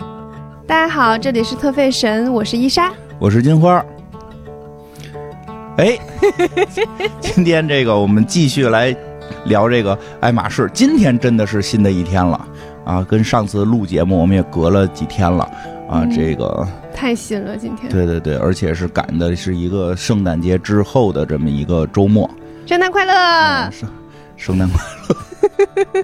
大家好，这里是特费神，我是伊莎。我是金花。哎，今天这个我们继续来聊这个爱马仕。今天真的是新的一天了啊，跟上次录节目我们也隔了几天了啊。嗯这个太新了，今天对对对，而且是赶的是一个圣诞节之后的这么一个周末。圣诞快乐！嗯，圣圣诞快乐。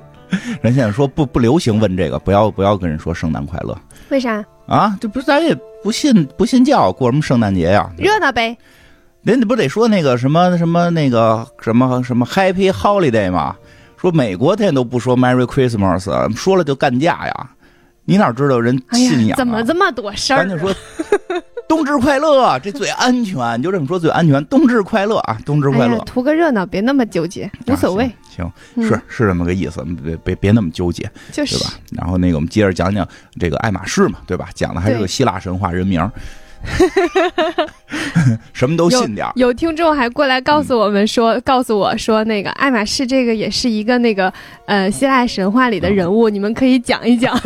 人现在说不不流行问这个，不要不要跟人说圣诞快乐为啥？啊！这不是咱也不信不信教，过什么圣诞节呀、热闹呗。人家不得说那个什么什么那个什么什么 Happy Holiday 吗？说美国他也都不说 Merry Christmas，啊说了就干架呀！你哪知道人哎呀信仰、啊，怎么这么多事儿咱 就？说冬至快乐，这最安全，你就这么说最安全。冬至快乐啊，冬至快哎乐呀，，图个热闹，别那么纠结，无所谓啊。行，嗯行是是这么个意思，别别别那么纠结，就是对吧？然后那个我们接着讲讲这个爱马仕嘛，对吧？讲的还是对个希腊神话人名 儿， 什么都信点儿。有听众还过来告诉我们说，嗯告诉我说，那个爱马仕这个也是一个那个呃希腊神话里的人物，嗯你们可以讲一 讲，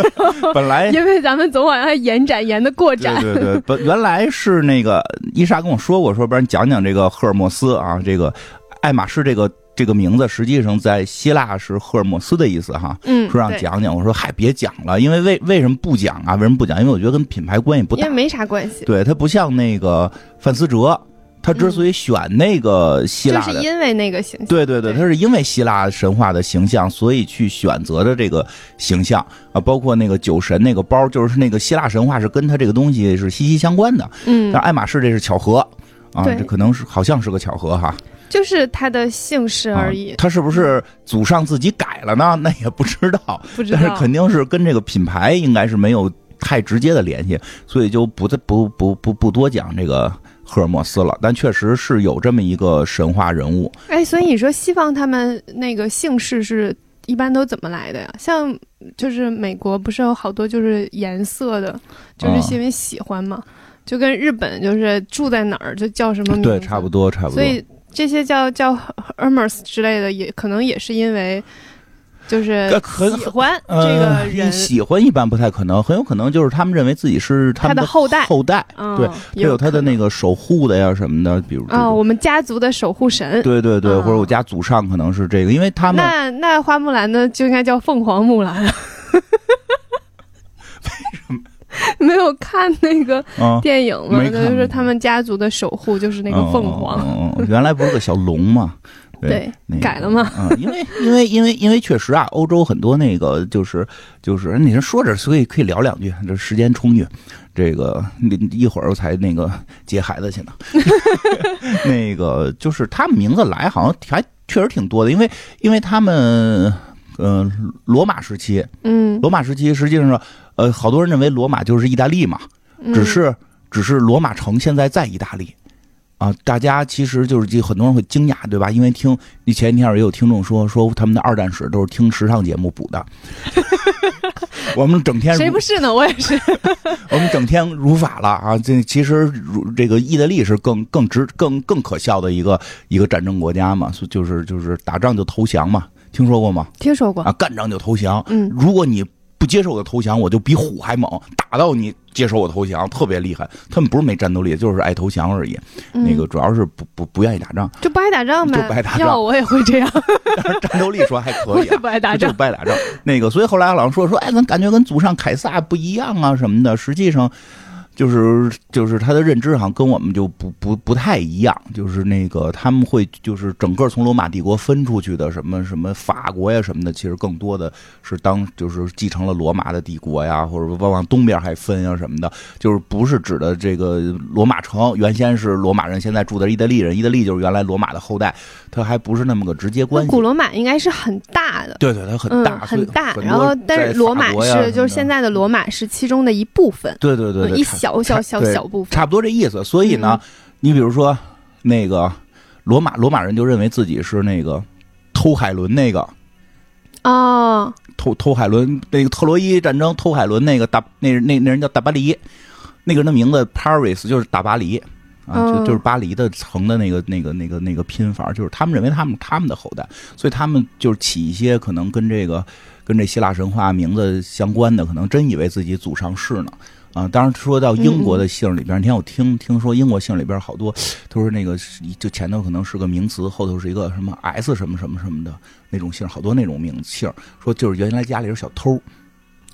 本来因为咱们总往下延展，延的 过展。哎对对对，本原来是那个伊莎跟我说过，说不然你讲讲这个赫尔墨斯啊，这个爱马仕这个这个名字，实际上在希腊是赫尔墨斯的意思哈。嗯，说让对，讲讲，我说嗨，别讲了，因为为为什么不讲啊？为什么不讲？因为我觉得跟品牌关系不因大为。没啥关系，对，它不像那个范思哲，他之所以选那个希就腊是的，因为那个形象。对对对，对他是因为希腊神话的形象，所以去选择的这个形象啊，包括那个酒神那个包，就是那个希腊神话是跟他这个东西是息息相关的。嗯但，爱马仕这是巧合啊，对这可能是好像是个巧合哈，就是他的姓氏啊而已，他是不是祖上自己改了呢？那也不知道， 不知但是道。肯定是跟这个品牌应该是没有太直接的联系，所以就不再不不不不多讲这个赫尔墨斯了。但确实是有这么一个神话人物，哎，所以你说西方他们那个姓氏是一般都怎么来的呀？像就是美国不是有好多就是颜色的，就是啊是因为喜欢嘛，就跟日本就是住在哪儿就叫什么名字，对，差不多差不多所。以这些叫叫 Hermes 之类的，也可能也是因为就是呃可喜欢这呃个人，喜欢一般不太可能，很有可能就是他们认为自己是他他们的的后代，后代，嗯，对，也他有他的那个个守护的呀什么的，比如这啊、种我们家族的守护神。对对对，嗯或者我家祖上可能是这个，因为他们那那花木兰呢，就应该叫凤凰木兰。啊为什么？没有看那个嗯，电影吗？没看那就是他们家族的守护，就是那个凤凰。嗯，嗯嗯嗯原来不是个小龙嘛？对，那个改了吗？嗯，因为因为因为因为确实啊，欧洲很多那个就是就是，你是说着，所以可以聊两句，这时间充裕。这个你你一会儿我才那个接孩子去呢。 那个就是他们名字来好像还确实挺多的，因为因为他们呃罗马时期，嗯，罗马时期实际上呃好多人认为罗马就是意大利嘛，嗯只是只是罗马城现在在意大利。啊，大家其实就是就很多人会惊讶，对吧？因为听你前一天也有听众说说他们的二战史都是听时尚节目 补的，我们整天谁不如是呢？我也是。我们整天如法了啊！这其实如这个意大利是更更值更更可笑的一个一个战争国家嘛，所以就是就是打仗就投降嘛，听说过吗？听说过啊，干仗就投降，嗯，如果你不接受我的投降，我就比虎还猛，打到你接受我投降，特别厉害。他们不是没战斗力，就是爱投降而已。嗯那个主要是不不不愿意打仗，就不爱打仗呗，就不爱打仗要我也会这样，但是战斗力说还可我以、也啊。不爱打就仗。不爱打仗，那个，所以后来老师说说，哎，咱感觉跟祖上凯撒不一样啊什么的。实际上，就是就是他的认知好像跟我们就不不不太一样，就是那个他们会就是整个从罗马帝国分出去的什么什么法国呀什么的，其实更多的是当就是继承了罗马的帝国呀，或者往往东边还分呀什么的，就是不是指的这个罗马城原先是罗马人，现在住的是意大利人，意大利就是原来罗马的后代，它还不是那么个直接关那系。古罗马应该是很大的，对对，它很嗯，大，所以很大。很多然后，但在是罗马法国呀是就是什现么的，在的罗马是其中的一部分，对对对嗯对，一差小小小对小部分。嗯差不多这意思。所以呢，你比如说那个罗马，罗马人就认为自己是那个偷海伦那个哦，偷偷海伦那个特洛伊战争偷海伦那个大那那那人叫大巴黎，那个人的名字 Paris 就是大巴黎。啊，嗯就就是巴黎的城的那个、那个、那个、那个拼法，就是他们认为他们他们的后代，所以他们就是起一些可能跟这个跟这希腊神话名字相关的，可能真以为自己祖上是呢，啊。当然，说到英国嗯的姓里边，那天我听听说英国姓里边好多都是那个，就前头可能是个名词，后头是一个什么 S 什么什么什么的那种姓，好多那种名姓。说就是原来家里是小偷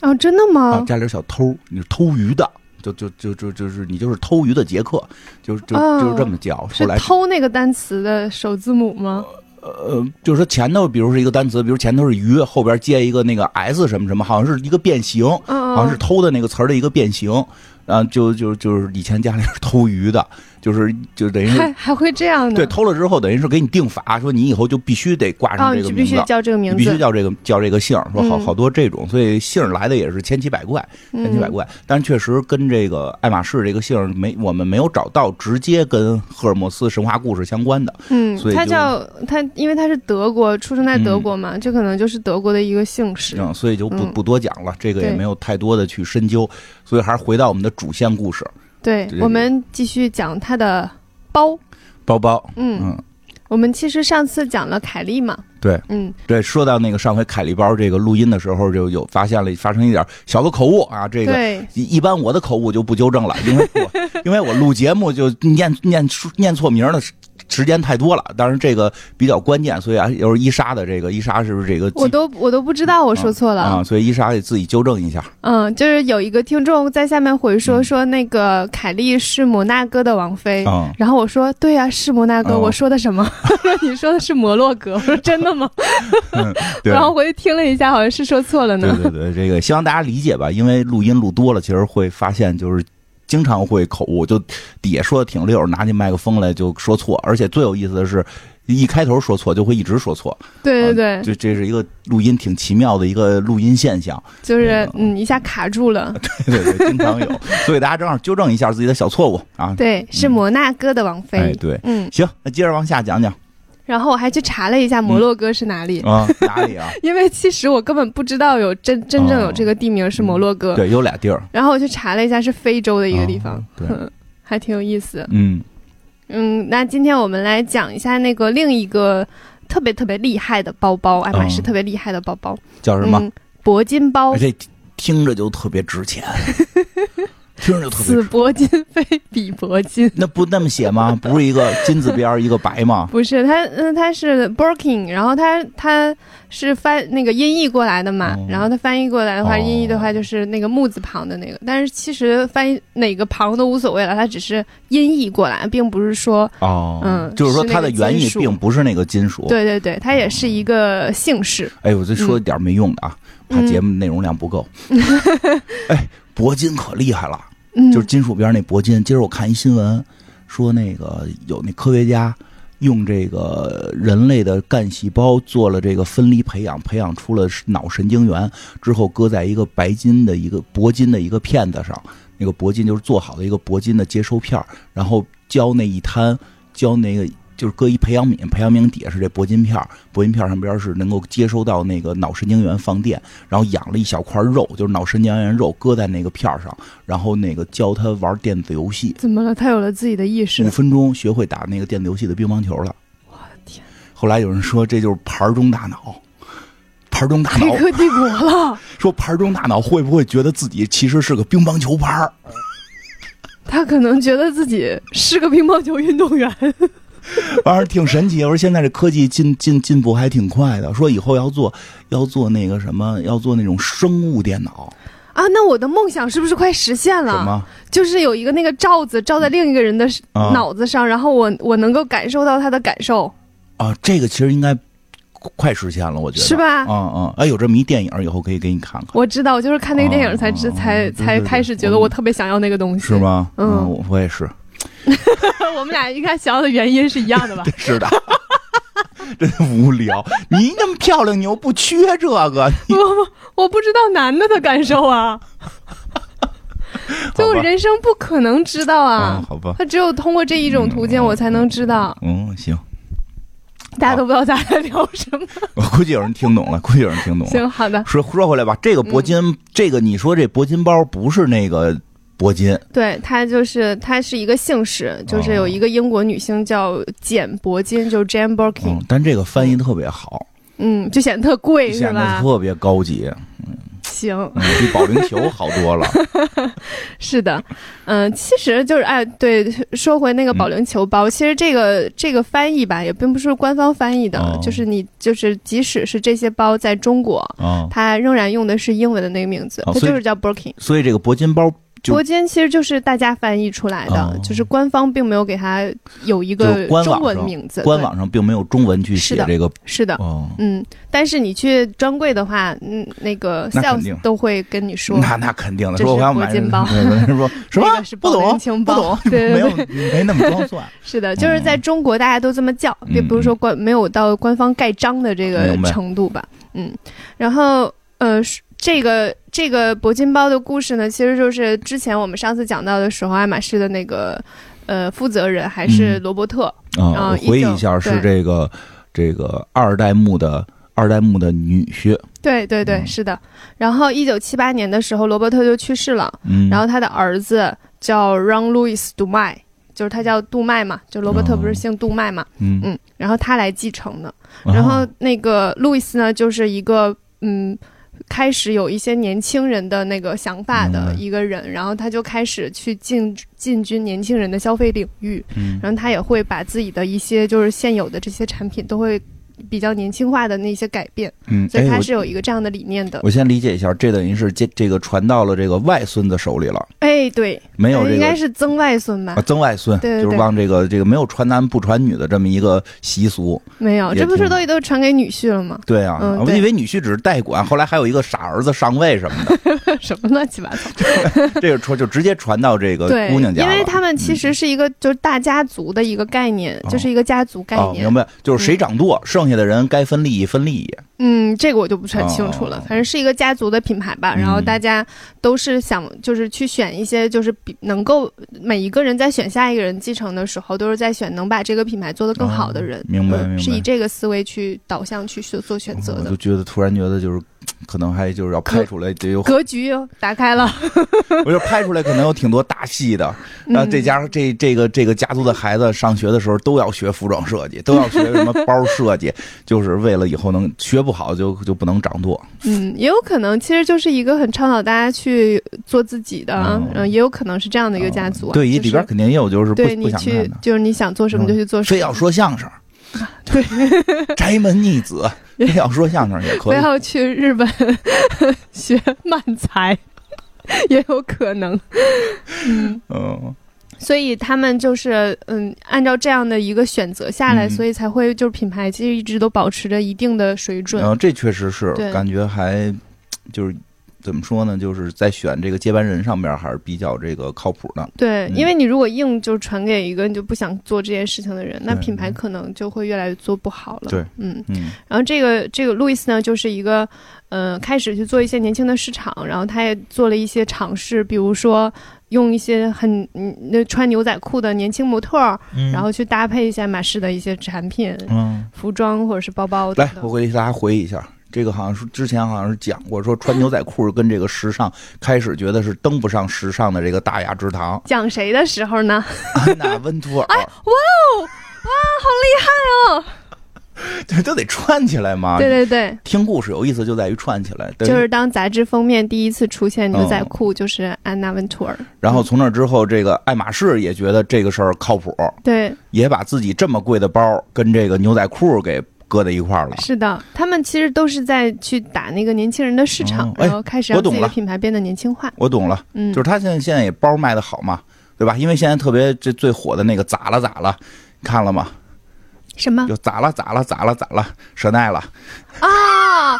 哦，真的啊，吗？家里是小偷，你是偷鱼的，就就就就就是你就是偷鱼的杰克，就就哦就是这么叫。是后来偷那个单词的首字母吗？呃，就是说前头比如是一个单词，比如前头是鱼，后边接一个那个 S 什么什么，好像是一个变形。嗯，好像是偷的那个词儿的一个变形，然后就就就是以前家里是偷鱼的，就是就等于 嗯是还还会这样呢？对偷了之后，等于是给你定法，说你以后就必须得挂哦，上这个你必名字，须叫这个名你字，必须叫这个叫这个姓儿，说好嗯好多这种，所以姓儿来的也是千奇百怪，千奇百怪。但是确实跟这个爱马仕这个姓儿没，我们没有找到直接跟赫尔墨斯神话故事相关的，嗯。所嗯，以他就叫他，因为他是德国，出生在德国嘛，这可能就是德国的一个姓氏。嗯，所以就不嗯不多讲了，这个也对没有太多的去深究，所以还是回到我们的主线故事，对这，我们继续讲他的包。包包，嗯，嗯。我们其实上次讲了凯莉嘛。对，嗯，对，说到那个上回凯利包这个录音的时候，就有发现了发生一点小的口误啊，这个。对，一一般我的口误就不纠正了，因为我 因为我录节目就念念出念错名儿的时时间太多了，当然这个比较关键，所以啊，又是伊莎的这个伊莎是不是这个我都我都不知道我说错了。啊？所以伊莎得自己纠正一下。嗯，就是有一个听众在下面回说嗯说那个凯莉是摩纳哥的王妃，嗯然后我说对呀、是摩纳哥，哦我说的什么？ 他说你说的是摩洛 哥，我说真的吗？对然后回去听了一下，好像是说 错了对呢。对对，这个希望大家理解吧，因为录音录多了，其实会发现就是。经常会口误，就底下说的挺溜，拿起麦克风来就说错，而且最有意思的是，一开头说错就会一直说错，对对啊对，这这是一个录音挺奇妙的一个录音现象，就是对嗯，一下卡住 了。对对，经常有，所以大家正好纠正一下自己的小错误啊。对，是摩纳哥的王哎妃，。对，嗯，行，那接着往下讲讲然后我还去查了一下摩洛哥是哪里，啊，哪里啊？ 因为其实我根本不知道有真真正有这个地名是摩洛哥。哦对，有俩地儿，然后我去查了一下，是非洲的一个地方啊，对，哼 还挺有意思。嗯嗯，那今天我们来讲一下那个另一个特别特别厉害的包包，爱马仕嗯特别厉害的包包，叫什么？嗯，铂金包哎，这听着就特别值 钱，听着就特别此值铂金非彼铂金。 那不那么写吗？不是一个金字边儿一个白吗？不是它，嗯，它是 Birkin，然后它它是翻那个音译过来的嘛，哦然后它翻译过来的话，哦音译的话就是那个木字旁的那个，但是其实翻译哪个旁都无所谓了，它只是音译过来，并不是说，哦嗯就是说是那它个的原意金属并不是那个金属。，对对对，它也是一个姓氏，哎，我再说一点没用的啊，嗯怕节目内容量 不够。哎，铂金可厉害了，嗯，就是金属边儿那铂金。今儿我看一新闻，说那个有那科学家。用这个人类的干细胞做了这个分离培养，培养出了脑神经元之后，搁在一个白金的一个铂金的一个片子上，那个铂金就是做好的一个铂金的接收片儿，然后浇那一滩，浇那个就是搁一培养皿，培养皿底下是这铂金片儿，铂金片儿上边是能够接收到那个脑神经元放电，然后养了一小块肉，就是脑神经元肉搁在那个片儿上，然后那个教他玩电子游戏，怎么了？它有了自己的意识五，分钟学会打那个电子游戏的乒乓球了。我的天，后来有人说这就是盘儿中大脑，盘儿中大黑脑客帝国了，说盘儿中大脑会不会觉得自己其实是个乒乓球拍儿？ 他可能觉得自己是个乒乓球运动员， 反正挺神奇。我说现在这科技进进进步还挺快的。说以后要做要做那个什么，要做那种生物电脑，啊，那我的梦想是不是快实现什了？么就是有一个那个罩子罩在另一个人的是啊脑子上，然后我我能够感受到他的感受，啊？这个其实应该快实现了，我觉得是？吧？嗯嗯，哎，有这么一电影，以后可以给你看看，我知道，我就是看那个电影才知、啊啊啊才对对才对开始觉得我我特别想要那个东西，是？吗？嗯我我也是， 我们俩应该想要的原因是一样的吧？ 是的。真无聊！你那么漂亮，你又不缺这个，我我不知道男的的感受 啊，就好我吧？人生不可能知道啊嗯，，好吧，他只有通过这一种途径我才能知道，嗯，行，大家都不知道咱在聊什么。我估计有人听懂了， 估计有人听懂了。行，嗯好的，说说回来吧，这个铂金，这个你说这铂金包不是那个铂金，对，它就是它是一个姓氏，就是哦有一个英国女星叫简铂金，就是 Jane Birkin，嗯，但这个翻译特别好，嗯就显得特贵是显得吧？特别高级。行，嗯比保龄球好 多了。是的，嗯、其实就是哎，对，说回那个保龄球嗯包，其实这个这个翻译吧，也并不是官方翻译的，哦就是你就是即使是这些包在中国，嗯，它仍然用的是英文的那个名字，哦它所以就是叫 Birkin。所以这个铂金包就铂金其实就是大家翻译出来的，哦就是官方并没有给它有一就个是官网中文上名字。官对网上并没有中文去是写的这个，是的，哦，嗯，但是你去专柜的话，嗯，那个那肯定 sales 都会跟你说，那那肯定的，这说是我要铂买金这个包对对 对说什这么个是不保龄懂球不包懂，对对没有没那么装蒜，是的，就是在嗯中国大家都这么叫，嗯并不是说官没有到官方盖章的这个明白程度吧，嗯，然后呃，是这个这个铂金包的故事呢，其实就是之前我们上次讲到的时候，爱马仕的那个呃负责人还是嗯罗伯特，啊，我啊回忆一九一下，是对这个这个二代目的二代目的女婿，对对对，嗯是的。然后一九七八年的时候，罗伯特就去世了，嗯，然后他的儿子叫 Ron Louis 杜麦，就是他叫杜麦嘛，就罗伯特不哦是姓杜麦嘛，嗯，哦嗯，然后他来继承的。然后那个路易斯呢，就是一个嗯，开始有一些年轻人的那个想法的明白一个人，然后他就开始去进进军年轻人的消费领域，嗯然后他也会把自己的一些就是现有的这些产品都会比较年轻化的那些改变，嗯，所以哎他我是有一个这样的理念的。我先理解一下，这等于是这这个传到了这个外孙子手里了，哎，对，没有呃这应该个。是曾外孙吧啊，？曾外孙对对就是对往这个这个没有传男不传女的这么一个习俗，没有，也这不是挺都都传给女婿了吗？对啊，嗯我对以为女婿只是代管，后来还有一个傻儿子上位什么 什么乱七八糟？的，这个传就直接传到这个对，呃姑娘家因了。嗯为他们其实是一个就是大家族的一个概念，哦就是一个家族概哦，念明。白，就是谁掌舵，剩下的人该分利益分利益。嗯，这个我就不是很清楚了，哦反正是一个家族的品牌吧。嗯然后大家都是想就是去选一些就是比能够每一个人在选下一个人继承的时候，都是在选能把这个品牌做得更好的人。哦明白嗯明白是以这个思维去导向去做做选择我的。就觉得突然觉得就是，可能还就是要拍出来得有，格局又打开了， 我就拍出来可能有挺多大戏 的。嗯然后这家这这个这个家族的孩子上学的时候都要学服装设计，都要学什么包设计， 就是为了以后能学不好就就不能掌舵。 嗯，也有可能其实就是一个很倡导大家去做自己的，嗯嗯，也有可能是这样的一个家族啊、哦对，一里就是边肯定也有就是不对你不想看去的，嗯就是你想做什么就去做什么，非要说相声， 对， 宅门逆子，非要说相声也不可以。要去日本 学漫才， 也有可能。嗯，所以他们就是嗯，按照这样的一个选择下来，嗯所以才会就是品牌其实一直都保持着一定的水准然。后这确实是对感觉还就是怎么说呢，就是在选这个接班人上边还是比较这个靠谱的。对，嗯因为你如果硬就传给一个你就不想做这件事情的人，那对嗯品牌可能就会越来越做不好了。对，嗯。嗯然后这个这个路易斯呢，就是一个，呃，开始去做一些年轻的市场，然后他也做了一些尝试，比如说用一些很嗯那穿牛仔裤的年轻模特儿，嗯然后去搭配一下马仕的一些产品、嗯。服装或者是包包等来，我等。。给大家回忆一下，这个好像是之前好像是讲过，说穿牛仔裤跟这个时尚开始觉得是登不上时尚的这个大雅之堂讲谁的时候 呢？哦安娜温图尔，哎哇，好厉害哦！这都得串起来嘛。对对对，听故事有意思就在啊于哦串起来，对就是当杂志封面第一次出现牛仔裤，就是安娜温图尔。然后从那之后，这个爱马仕也觉得这个事儿靠谱，对，也把自己这么贵的包跟这个牛仔裤给搁在一块儿了。是的，他们其实都是在去打那个年轻人的市场，哦哎然后开始我让自懂己的了品牌变得年轻化。我懂了，嗯，就是他现在现在也包卖的好嘛，对吧？因为现在特别这最火的那个咋了咋了，看了吗？什么就咋了咋了咋了咋了，舍奈了。啊？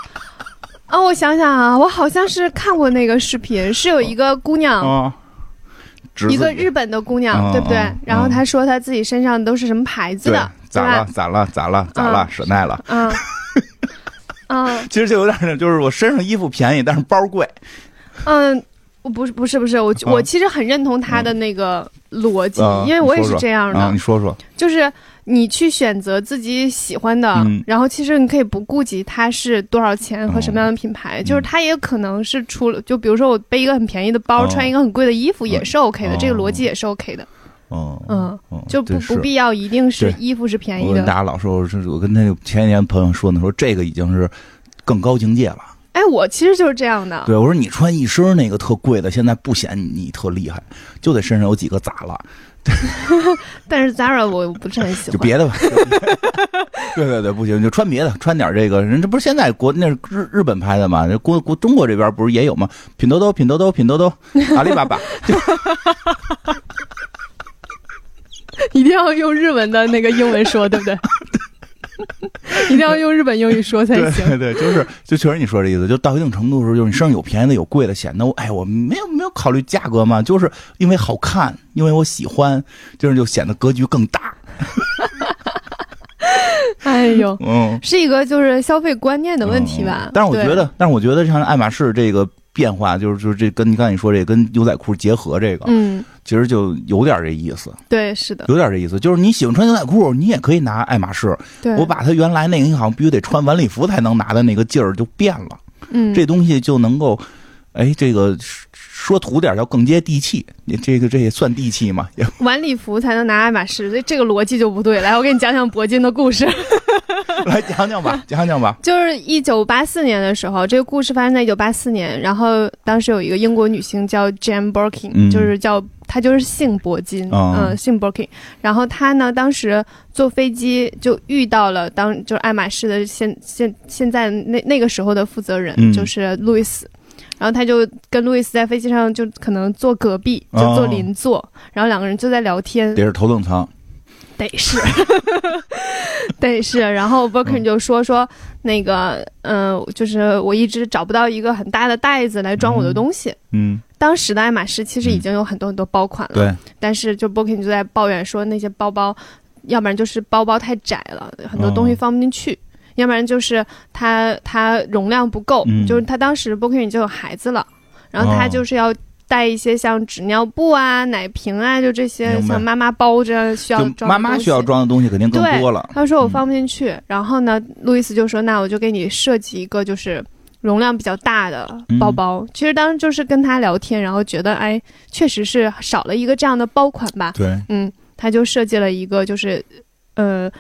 啊，我想想啊，我好像是看过那个视频，是有一个姑娘，啊，侄嗯子一个日本的姑娘，嗯对不对？嗯然后她说她自己身上都是什么牌子对的，对咋了吧？咋了咋了咋了，嗯舍奈了。嗯。嗯其实就有点儿就是我身上衣服便宜，但是包贵。嗯，我不是不是不是，我、嗯我其实很认同她的那个逻辑，嗯因为我也你是说说这样的，啊，你说说，就是你去选择自己喜欢的，嗯然后其实你可以不顾及它是多少钱和什么样的品牌，嗯就是它也可能是出了，就比如说我背一个很便宜的包，哦穿一个很贵的衣服也是 OK 的，哦这个逻辑也是 OK 的，嗯嗯，嗯，就不对不。是必要一定是对衣服是便宜我跟大的，家老说，我是我跟那个前几天朋友说呢，说这个已经是更高境界了。哎，我其实就是这样的。对，我说你穿一身那个特贵的，现在不显你特厉害，就得身上有几个咋了，但是 Zara 我不是很喜就欢，别的吧。 对对对，不行，就穿别的，穿点这个。人这不是现在国那是日日本拍的嘛？这国国中国这边不是也有吗？拼多多，拼多多，拼多多，阿里巴巴。一定要用日文的那个英文 说，对不对？一定要用日本英语说才行。 对对对，就是就确实你说这意思，就到一定程度的时候，就是你身上有便宜的有贵的，显得我哎我没有没有考虑价格嘛，就是因为好看，因为我喜欢，就是就显得格局更大。哎呦，嗯，是一个就是消费观念的问题吧嗯？但是我对觉得，但是我觉得像爱马仕这个变化，就是就是这跟你刚才你说这个跟牛仔裤结合这个，嗯，其实就有点这意思，对，是的，有点这意思，就是你喜欢穿牛仔裤，你也可以拿爱马仕。对，我把它原来那个你好像必须得穿晚礼服才能拿的那个劲儿就变了。嗯，这东西就能够，哎，这个说说土点儿叫更接地气，你这个这也算地气嘛？也晚礼服才能拿爱马仕，所以这个逻辑就不对。来，我给你讲讲铂金的故事。来讲讲吧，讲 讲吧。就是一九八四年的时候，这个故事发生在一九八四年。然后当时有一个英国女星叫 Jane Birkin，、嗯就是叫她就是姓铂金，哦嗯，姓 Birkin。然后她呢，当时坐飞机就遇到了当就是爱马仕的现现现在那那个时候的负责人、嗯就是路易斯。然后她就跟路易斯在飞机上就可能坐隔壁，就坐哦邻座，然后两个人就在聊天，得是头等舱，得是， 得是。然后嗯 Birkin 就说说那个，嗯、就是我一直找不到一个很大的袋子来装我的东西。嗯，当时的爱马仕其实已经有很多很多包款了，对，但是就 Birkin 就在抱怨说那些包包，要不然就是包包太窄了，很多嗯东西放不进去。要不然就是它它容量不够，嗯就是他当时 Birkin 已经有孩子了，然后他哦就是要带一些像纸尿布啊、奶瓶啊，就这些明白像妈妈包这样需要就装妈的妈东西需要装的东西肯定更多了。嗯他说我放不进去，然后呢，路易斯就说那我就给你设计一个就是容量比较大的嗯包包。其实当时就是跟他聊天，然后觉得哎，确实是少了一个这样的包款吧。对，嗯，他就设计了一个就是呃，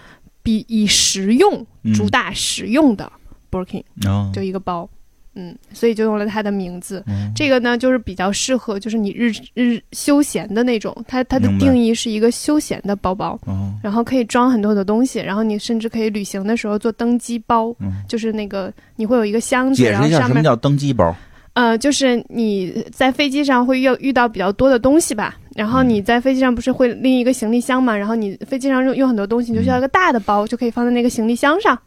比以实用嗯主打实用的 Birkin、哦就一个包。嗯，所以就用了他的名字。嗯这个呢，就是比较适合，就是你日日休闲的那种。它它的明白定义是一个休闲的包包。哦，然后可以装很多的东西，然后你甚至可以旅行的时候做登机包，嗯，就是那个你会有一个箱子，解然释后一下上什么面叫登机包？呃，就是你在飞机上会遇遇到比较多的东西吧，然后嗯你在飞机上不是会拎一个行李箱嘛，然后你飞机上用用很多东西，你就需要一个大的包，就可以放在那个行李箱上，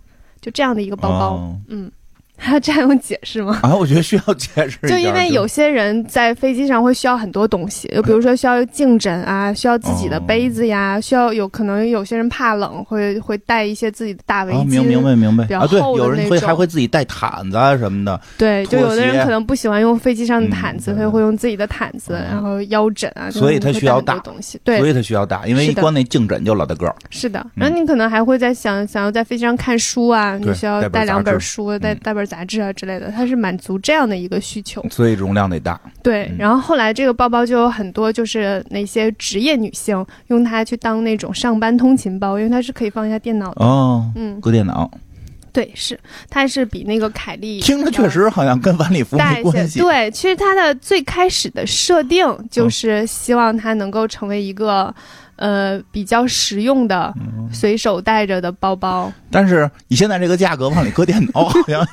就这样的一个包包，哦嗯， 还要这样用解释吗？啊，我觉得需要解释一下。就因为有些人在飞机上会需要很多东西，就比嗯如说需要颈枕啊，需要自己哦的杯子呀，需要有可能有些人怕冷，会会带一些自己的大围啊，巾。明明白明白比较啊，对，厚的有人会那种还会自己带毯子啊什么的。对，就拖有的鞋人可能不喜欢用飞机上的毯子，嗯他就会用自己的毯子，嗯然后腰枕啊，所以就是会他需要带很大多东西。所对，以嗯它需要大，因为是一的光那颈枕就老大个儿。是的。然后你可能还会在想想要在飞机上看书啊，对你需要带本带两杂本志书，带嗯带本杂志啊之类的，它是满足这样的一个需求。所以容量得大，对嗯，然后后来这个包包就有很多就是那些职业女性用它去当那种上班通勤包，因为它是可以放下电脑的。哦，嗯，搁电脑，对，是，它是比那个凯莉听着确要实好像跟晚礼服大没一关些。系。对，其实它的最开始的设定就是希望它能够成为一个、呃比较实用的嗯随手带着的包包。但是你现在这个价格往里搁电 脑，好像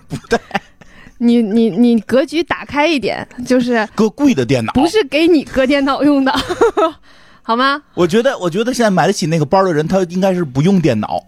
你你你格局打开一点，就是搁贵的电脑。不是给你搁电脑用的， 好吗？我觉得，我觉得现在买得起那个包的人，他应该是不用电脑，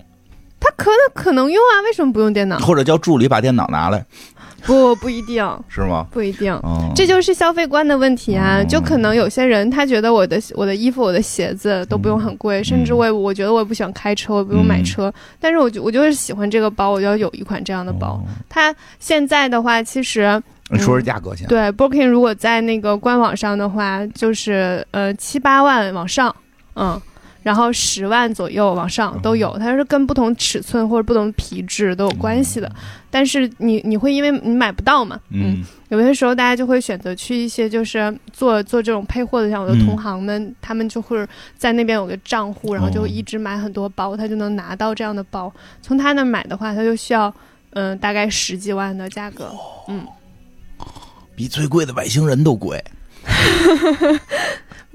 它可能可能用啊，为什么不用电脑？或者叫助理把电脑拿来， 不，不一定，是吗？不一定。哦，这就是消费观的问题啊！就可能有些人他觉得我的我的衣服、我的鞋子都不嗯用很贵，甚至我也我觉得我也不喜欢开车，我也不用买车，但是我就我就是喜欢这个包，我就要有一款这样的包。哦它现在的话，其实你说说价格先。对 Birkin 如果在那个官网上的话，就是呃七八万往上，嗯。然后十万左右往上都哦有，它是跟不同尺寸或者不同皮质都有关系的。但是你你会因为你买不到嘛，嗯，有些时候大家就会选择去一些就是做做这种配货的，像我的嗯同行们，他们就会在那边有个账户，然后就哦一直买很多包，他就能拿到这样的包。从他那买的话，他就需要嗯、大概十几万的价格。哦比最贵的外星人都贵，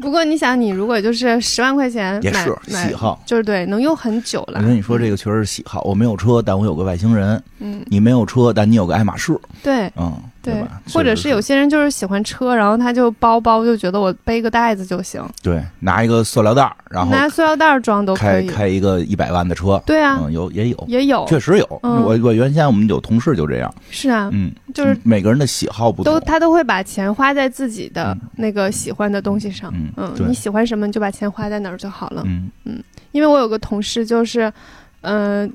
不过你想，你如果就是十万块钱也买是啊嗯买喜，好。就是对，能用很久我了。跟你说，这个确实是喜好。我没有车，但我有个外星人；嗯，你没有车，但你有个爱马仕，对嗯，对对吧？，或者确实是有些人就是喜欢车，然后他就包包就觉得我背个袋子就行，对拿一个塑料袋儿，然后拿塑料袋儿装都可开以。开一个一百万的车，对啊，嗯，有也有，也有，确实有。嗯我我原先我们有同事就这样，是啊，嗯，就是嗯每个人的喜好不同都，他都会把钱花在自己的嗯那个喜欢的东西上。嗯嗯，对你喜欢什么你就把钱花在哪儿就好了。嗯因为我有个同事就是，嗯、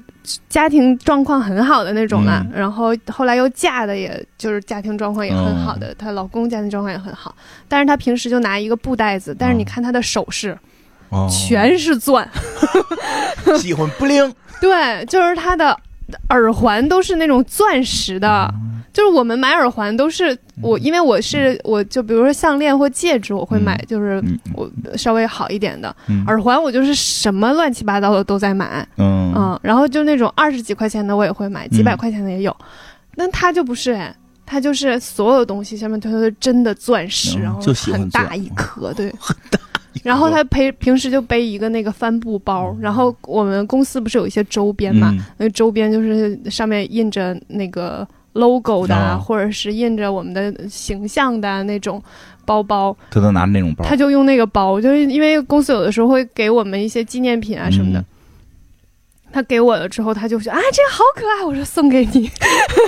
家庭状况很好的那种啦，嗯然后后来又嫁的也，就是家庭状况也很好哦的，她、老公家庭状况也很好，但是她平时就拿一个布袋子，但是你看她的首饰、哦全是钻，喜欢不灵， 对，就是她的耳环都是那种钻石的。嗯就是我们买耳环都是我，因为我是我就比如说项链或戒指，我会买，就是嗯我稍微好一点的嗯耳环，我就是什么乱七八糟的都在买，嗯嗯，然后就那种二十几块钱的我也会买，几百块钱的也有。那他就不是哎，他就是所有东西下面它都是真的钻石，嗯然后就喜欢很大钻嗯一颗， 对，很大。然后他陪平时就背一个那个帆布包，然后我们公司不是有一些周边嘛，嗯那周边就是上面印着那个 logo 的啊，哦或者是印着我们的形象的啊那种包包，他都拿那种包，他就用那个包，就是因为公司有的时候会给我们一些纪念品啊什么的。嗯他给我了之后，他就说啊，这个好可爱，我说送给你，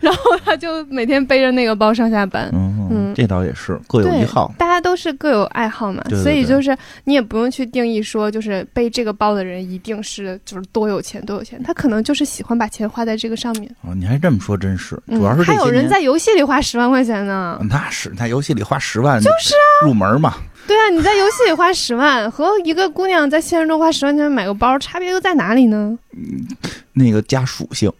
然后他就每天背着那个包上下班。嗯嗯这倒也是各有对一好，，大家都是各有爱好嘛，对对所以对就是你也不用去定义说，就是背这个包的人一定是就是多有钱多有钱，他可能就是喜欢把钱花在这个上面。哦你还这么说，真是，嗯主要是这还有些人年嗯在游戏里花十万块钱呢，那是在游戏里花十万，就是入门嘛，对啊，你在游戏里花十万和一个姑娘在现实中花十万块钱买个包，差别又在哪里呢？那个加属性。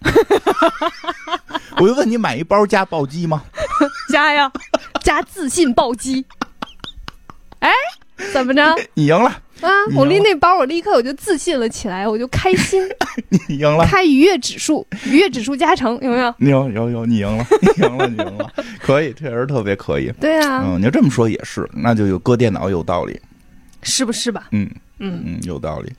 我就问你，买一包加暴击吗？加呀，加自信暴击。哎，怎么着啊？你赢了，我拎那包，我立刻我就自信了起来，我就开 心，你赢了，开愉悦指数，愉悦指数加成，有没有？你有有有，你赢了，你赢了，你赢了，可以，确实特别可以。对啊，嗯，你要这么说也是，那就有搁电脑有道理，是不是吧？嗯嗯。嗯，有道理，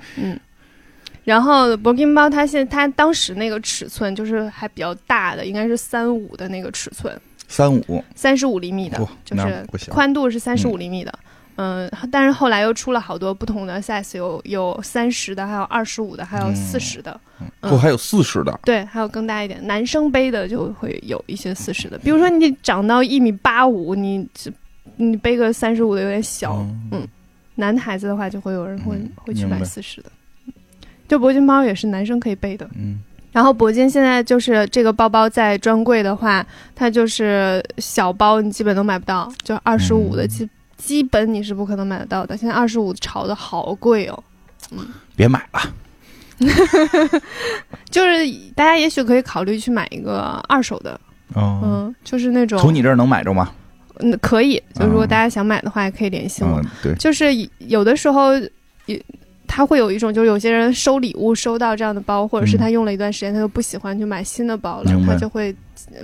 然后铂金包它现它当时那个尺寸就是还比较大的，应该是三五的那个尺寸，三五，三十五厘米的哇，就哦那是不行宽度是三十五厘米的。嗯，但是后来又出了好多不同的 size，有有三十的，还有二十五的，还有嗯四十的。嗯不还有四十的，对，还有更大一点，男生背的就会有一些四十的，比如说你长到一米八五，你这你背个三十五的有点小。嗯男孩子的话，就会有人会、嗯会去明买白四十的。就铂金包也是男生可以背的，嗯然后铂金现在就是这个包包在专柜的话，它就是小包你基本都买不到，就二十五的嗯基、基本你是不可能买得到的。现在二十五炒的好贵哦，别买了，就是大家也许可以考虑去买一个二手的，嗯，嗯，就是那种从你这儿能买着吗？嗯可以，就如果嗯大家想买的话，也可以联系我。嗯，对，就是有的时候也。他会有一种，就是有些人收礼物收到这样的包，或者是嗯他用了一段时间，他就不喜欢，就买新的包了明，白他就会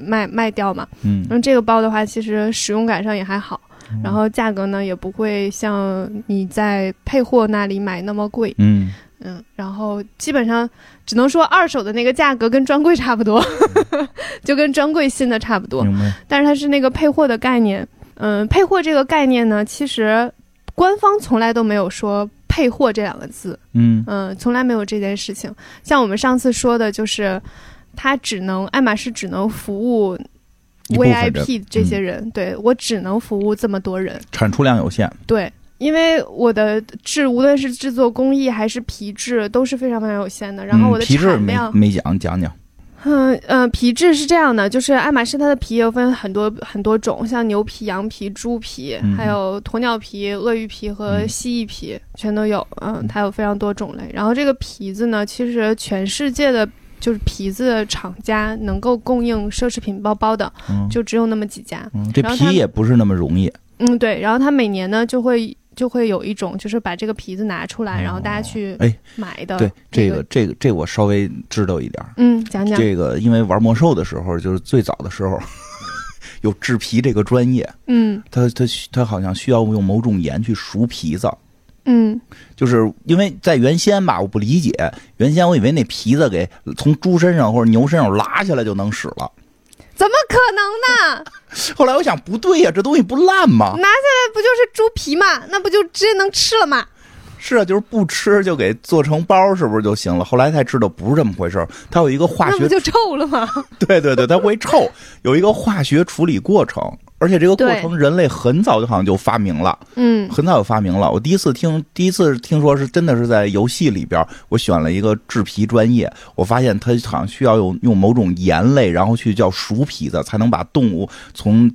卖卖掉嘛。嗯然后这个包的话，其实使用感上也还好，然后价格呢也不会像你在配货那里买那么贵，嗯。嗯，然后基本上只能说二手的那个价格跟专柜差不多， 就跟专柜新的差不多，明白，但是它是那个配货的概念，嗯，配货这个概念呢，其实官方从来都没有说配货这两个字，嗯嗯，从来没有这件事情。像我们上次说的，就是它只能爱马仕只能服务一部分人嗯 VIP 这些人，对我只能服务这么多人，产出量有限，对。因为我的制，无论是制作工艺还是皮质，都是非常非常有限的。然后嗯我的皮质产没量，没讲，讲讲，嗯嗯，皮质是这样的，就是爱马仕它的皮有分很多很多种，像牛皮、羊皮、猪皮，嗯还有鸵鸟皮、鳄鱼皮和嗯蜥蜴皮，全都有。嗯，它有非常多种类。然后这个皮子呢，其实全世界的就是皮子厂家能够供应奢侈品包包的，嗯就只有那么几家。嗯这然后他皮也不是那么容易，嗯，对。然后它每年呢就会就会有一种就是把这个皮子拿出来，哦然后大家去哎买的。对这个，这个这我稍微知道一点儿。嗯，讲讲，这个因为玩魔兽的时候，就是最早的时候 有制皮这个专业，嗯它它它好像需要用某种盐去熟皮子，嗯就是因为在原先吧，我不理解，原先我以为那皮子给从猪身上或者牛身上拉下来就能使了，怎么可能呢？后来我想不对呀、这东西不烂吗？拿下来不就是猪皮嘛，那不就直接能吃了嘛？是啊，就是不吃就给做成包，是不是就行了？后来才知道不是这么回事儿，它有一个化那不学，就臭了吗？ 对对对，它会臭，有一个化学处理过程，而且这个过对程人类很早就好像就发明了。嗯很早有发明了。我第一次听，第一次听说是真的是在游戏里边儿，我选了一个制皮专业，我发现它好像需要用用某种盐类，然后去叫熟皮子，才能把动物从。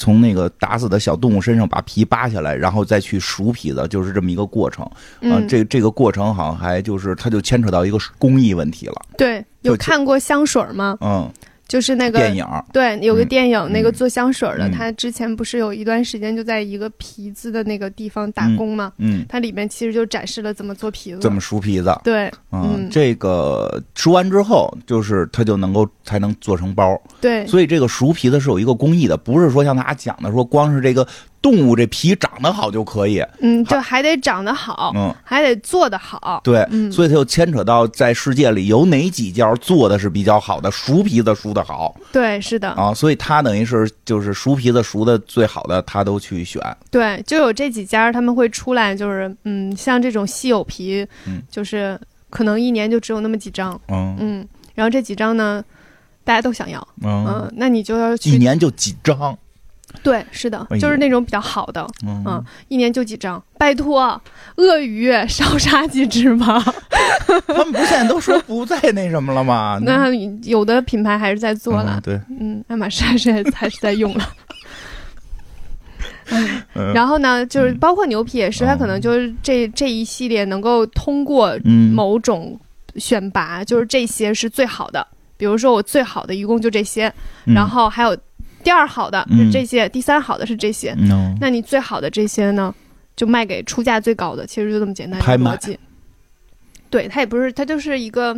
从那个打死的小动物身上把皮扒下来，然后再去熟皮子，就是这么一个过程。啊、嗯，这这个过程好像还就是，它就牵扯到一个工艺问题了。对，有就看过香水吗？嗯，就是那个电影儿对，有个嗯电影，那个嗯做香水的，嗯他之前不是有一段时间就在一个皮子的那个地方打工吗？嗯，它里面其实就展示了怎么做皮子。这么熟皮子，对嗯这个熟完之后，就是它就能够才能做成包。对，所以这个熟皮子是有一个工艺的，不是说像大家讲的说光是这个动物这皮长得好就可以。嗯，就还得长得好，嗯，还得做得好。对，嗯所以它就牵扯到在世界里有哪几家做的是比较好的，熟皮子熟的哦好对，是的，啊，所以它等于是就是熟皮子熟的最好的，它都去选。对，就有这几家他们会出来，就是嗯，像这种稀有皮，嗯就是可能一年就只有那么几张，嗯嗯，然后这几张呢，大家都想要，嗯，嗯，那你就要去一年就几张。对，是的哎，呦就是那种比较好的，嗯嗯，一年就几张，拜托，鳄鱼少杀几只吧。？他们不现在都说不再那什么了吗 那有的品牌还是在做了嗯，对，嗯，爱马仕还是还是在用 了。嗯然后呢，就是包括牛皮也是，它嗯可能就是这这一系列能够通过嗯，某种选拔，就是这些是最好的。比如说我最好的一共就这些，嗯然后还有第二好的嗯是这些，第三好的是这些。嗯那你最好的这些呢，就卖给出价最高的，其实就这么简单拍的卖逻辑。对，它也不是，它就是一个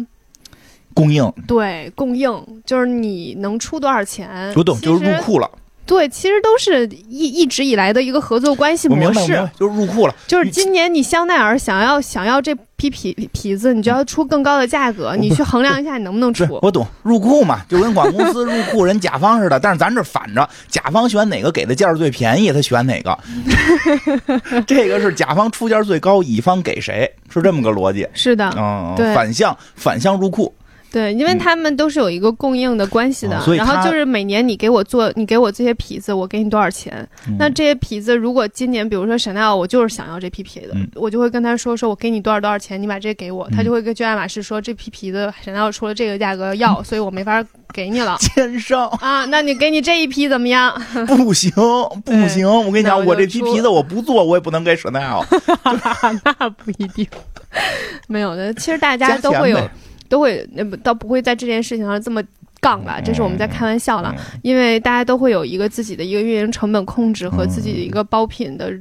供应，对供应，就是你能出多少钱，我懂，呃其就是入实库了。对，其实都是一一直以来的一个合作关系我明模白，我明式。白，就是入库了。就是今年你香奈儿想要想要这批皮皮子，你就要出更高的价格，你去衡量一下你能不能对，出。我懂，入库嘛，就跟广告公司入库人甲方似的，但是咱这反着，甲方选哪个给的价儿最便宜，他选哪 个。这个是甲方出价最高，乙方给谁，是这么个逻辑。是的，嗯，啊对反向反向入库，对，因为他们都是有一个供应的关系的嗯啊所，以然他后就是每年你给我做，你给我这些皮子，我给你多少钱？嗯那这些皮子，如果今年比如说 Chanel，我就是想要这批皮子嗯，我就会跟他说，说我给你多少多少钱，你把这给我。他就会跟去爱马仕说，这批皮子 Chanel 出了这个价格 要，所以我没法给你了 奸商啊。那你给你这一批怎么样？不行不行，我跟你那讲，我我就这批出皮子我不做，我也不能给 Chanel。那不一定， 没有的。其实大家加都钱会有呗，都会，呃不倒不会在这件事情上这么杠吧？这是我们在开玩笑了，嗯因为大家都会有一个自己的一个运营成本控制和自己嗯的一个包品的。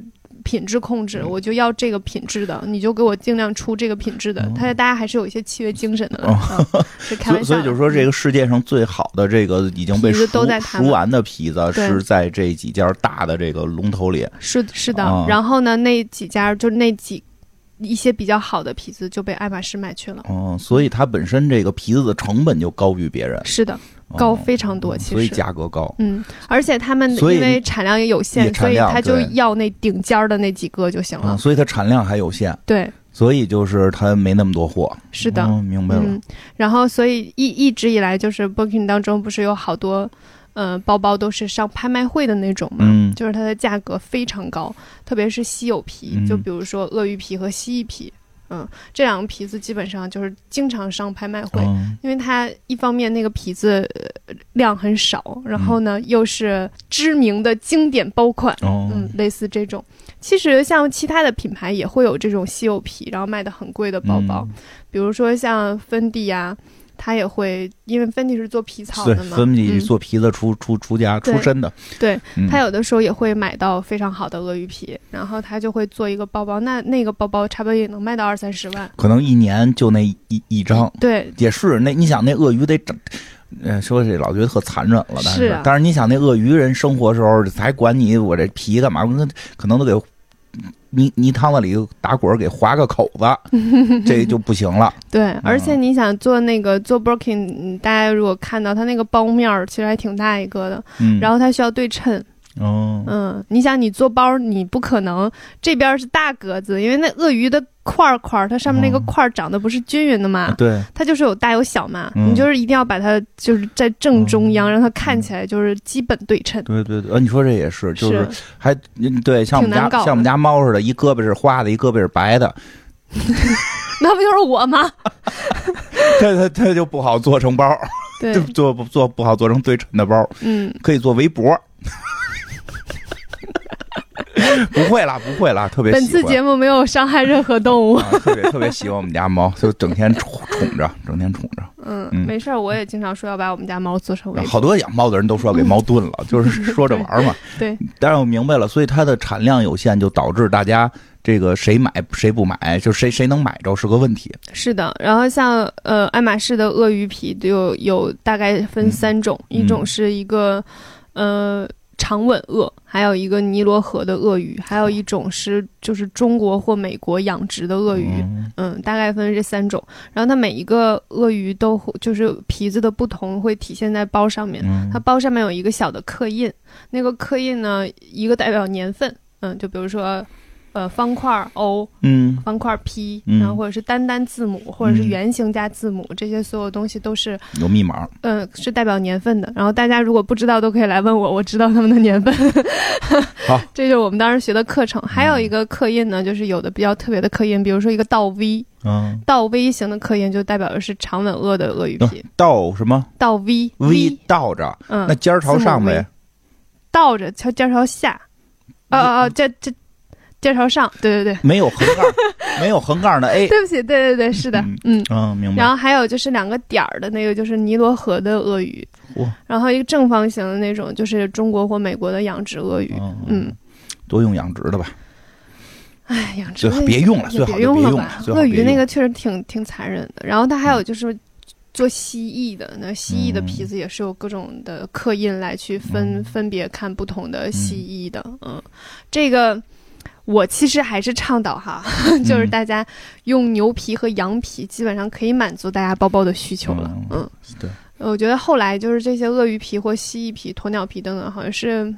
品质控制，我就要这个品质的，你就给我尽量出这个品质的。嗯他大家还是有一些契约精神的了，嗯 是开所玩以笑的。哦所以就是说，这个世界上最好的这个已经被皮熟子都在他熟们完的皮子，对是在这几家大的这个龙头里。嗯是是的。啊然后呢，那几家就那几一些比较好的皮子就被爱马仕买去了。哦，所以它本身这个皮子的成本就高于别人，是的，高哦非常多。其实所以价格高。嗯，而且他们所以因为产量也有也限，产所以量他就对要那顶尖儿的那几个就行啊、了。所以它产量还有限，对，所以就是它没那么多货。是的，嗯明白了。嗯。然后，所以一一直以来，就是 Birkin 当中不是有好多，呃，包包都是上拍卖会的那种嘛，嗯就是它的价格非常高，特别是稀有皮，嗯就比如说鳄鱼皮和蜥蜴皮，嗯，这两个皮子基本上就是经常上拍卖会。嗯因为它一方面那个皮子呃量很少，然后呢又是知名的经典包款，哦嗯，类似这种。其实像其他的品牌也嗯会有这种稀有皮，然后卖的很贵的包包，比如说像芬迪啊、他也会，因为芬迪是做皮草对的，嘛，芬迪嗯做皮子出出出家对出身的，对嗯，他有的时候也会买到非常好的鳄鱼皮，然后他就会做一个包包，那那个包包差不多也能卖到二三十万。可能一年就那一一一张，对，也是那你想那鳄鱼得整。呃，说这老觉得特残忍了，但是啊但是你想那鳄鱼人生活时候还管你我这皮干嘛？那可能都给泥泥汤子里打滚儿给划个口子， 这就不行了。对，而且你想做那个做 Birkin，嗯大家如果看到它那个包面儿，其实还挺大一个的，嗯，然后它需要对称。哦，嗯，你想你做包，你不可能这边是大格子，因为那鳄鱼的块儿块儿，它上面那个哦块儿长得不是均匀的嘛，对，它就是有大有小嘛，嗯你就是一定要把它就是在正中央，哦让它看起来就是基本对称。 对对对，呃，你说这也是，就是还嗯对，像我们挺家难搞的像我们家猫似的，一胳膊是花的，一胳膊是 白的，那不就是我吗？它它它就不好做成包，对就，做不做不好做成对称的包，嗯，可以做围脖。 不会啦，不会啦，特别本喜次欢节目没有伤害任何动 物。啊，特别特别喜欢我们家猫，就整天宠宠着，整天宠着。嗯，嗯没事儿，我也经常说要把我们家猫做成围脖。好多养猫的人都说给猫炖 了，就是说着玩儿嘛。对，但是我明白了，所以它的产量有限，就导致大家这个谁买谁不买，就谁谁能买着是个问题。是的，然后像呃爱马仕的鳄鱼皮就有有大概分三种，嗯一种是一个呃长吻鳄，还有一个尼罗河的鳄鱼，还有一种是就是中国或美国养殖的鳄鱼。嗯嗯，大概分这三种，然后它每一个鳄鱼都会就是皮子的不同会体现在包上面，嗯它包上面有一个小的刻印，那个刻印呢，一个代表年份，嗯，就比如说，呃，方块儿 O、嗯方块儿 P，、嗯然后或者是单单字母，或者是嗯圆形加字母，这些所有东西都是，有密码，嗯、是代表年份的。然后大家如果不知道，都可以来问我，我知道他们的年份。好，嗯这就是我们当时学的课程。还有一个刻印呢，就是有的比较特别的刻印，比如说一个倒 V，嗯，倒 V 型的刻印就代表的是长吻鳄的鳄鱼皮，倒什么倒 V 嗯 V 倒着，嗯，那尖儿朝上呗。倒着朝尖朝下，哦哦，哦，这这尖朝上，对对对，没有横杠，没有横杠的 A。对不起，对对对，是的嗯，嗯。嗯，明然白。后还有就是两个点儿的那个，就是尼罗河的鳄鱼哇，然后一个正方形的那种，就是中国或美国的养殖鳄鱼。嗯嗯，多用养殖的吧，哎，养殖最鳄好鱼别用了，也最好别就别了用吧，最好鳄别鱼用嗯那个确实挺挺残忍的。然后它还有就是做蜥蜴的，那蜥蜴的皮子也是有各种的刻印来去分、嗯分别看不同的蜥蜴的。嗯，这个我其实还是倡导哈， 就是嗯大家用牛皮和羊皮，基本上可以满足大家包包的需求了。嗯嗯对，我觉得后来就是这些鳄鱼皮或蜥蜴皮、鸵鸟皮等等，好像是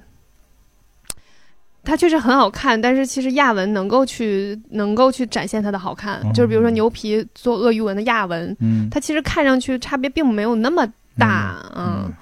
它确实很好看，但是其实亚纹能够去能够去展现它的好看，嗯就是比如说牛皮做鳄鱼纹的亚纹，嗯，它其实看上去差别并没有那么大，嗯。嗯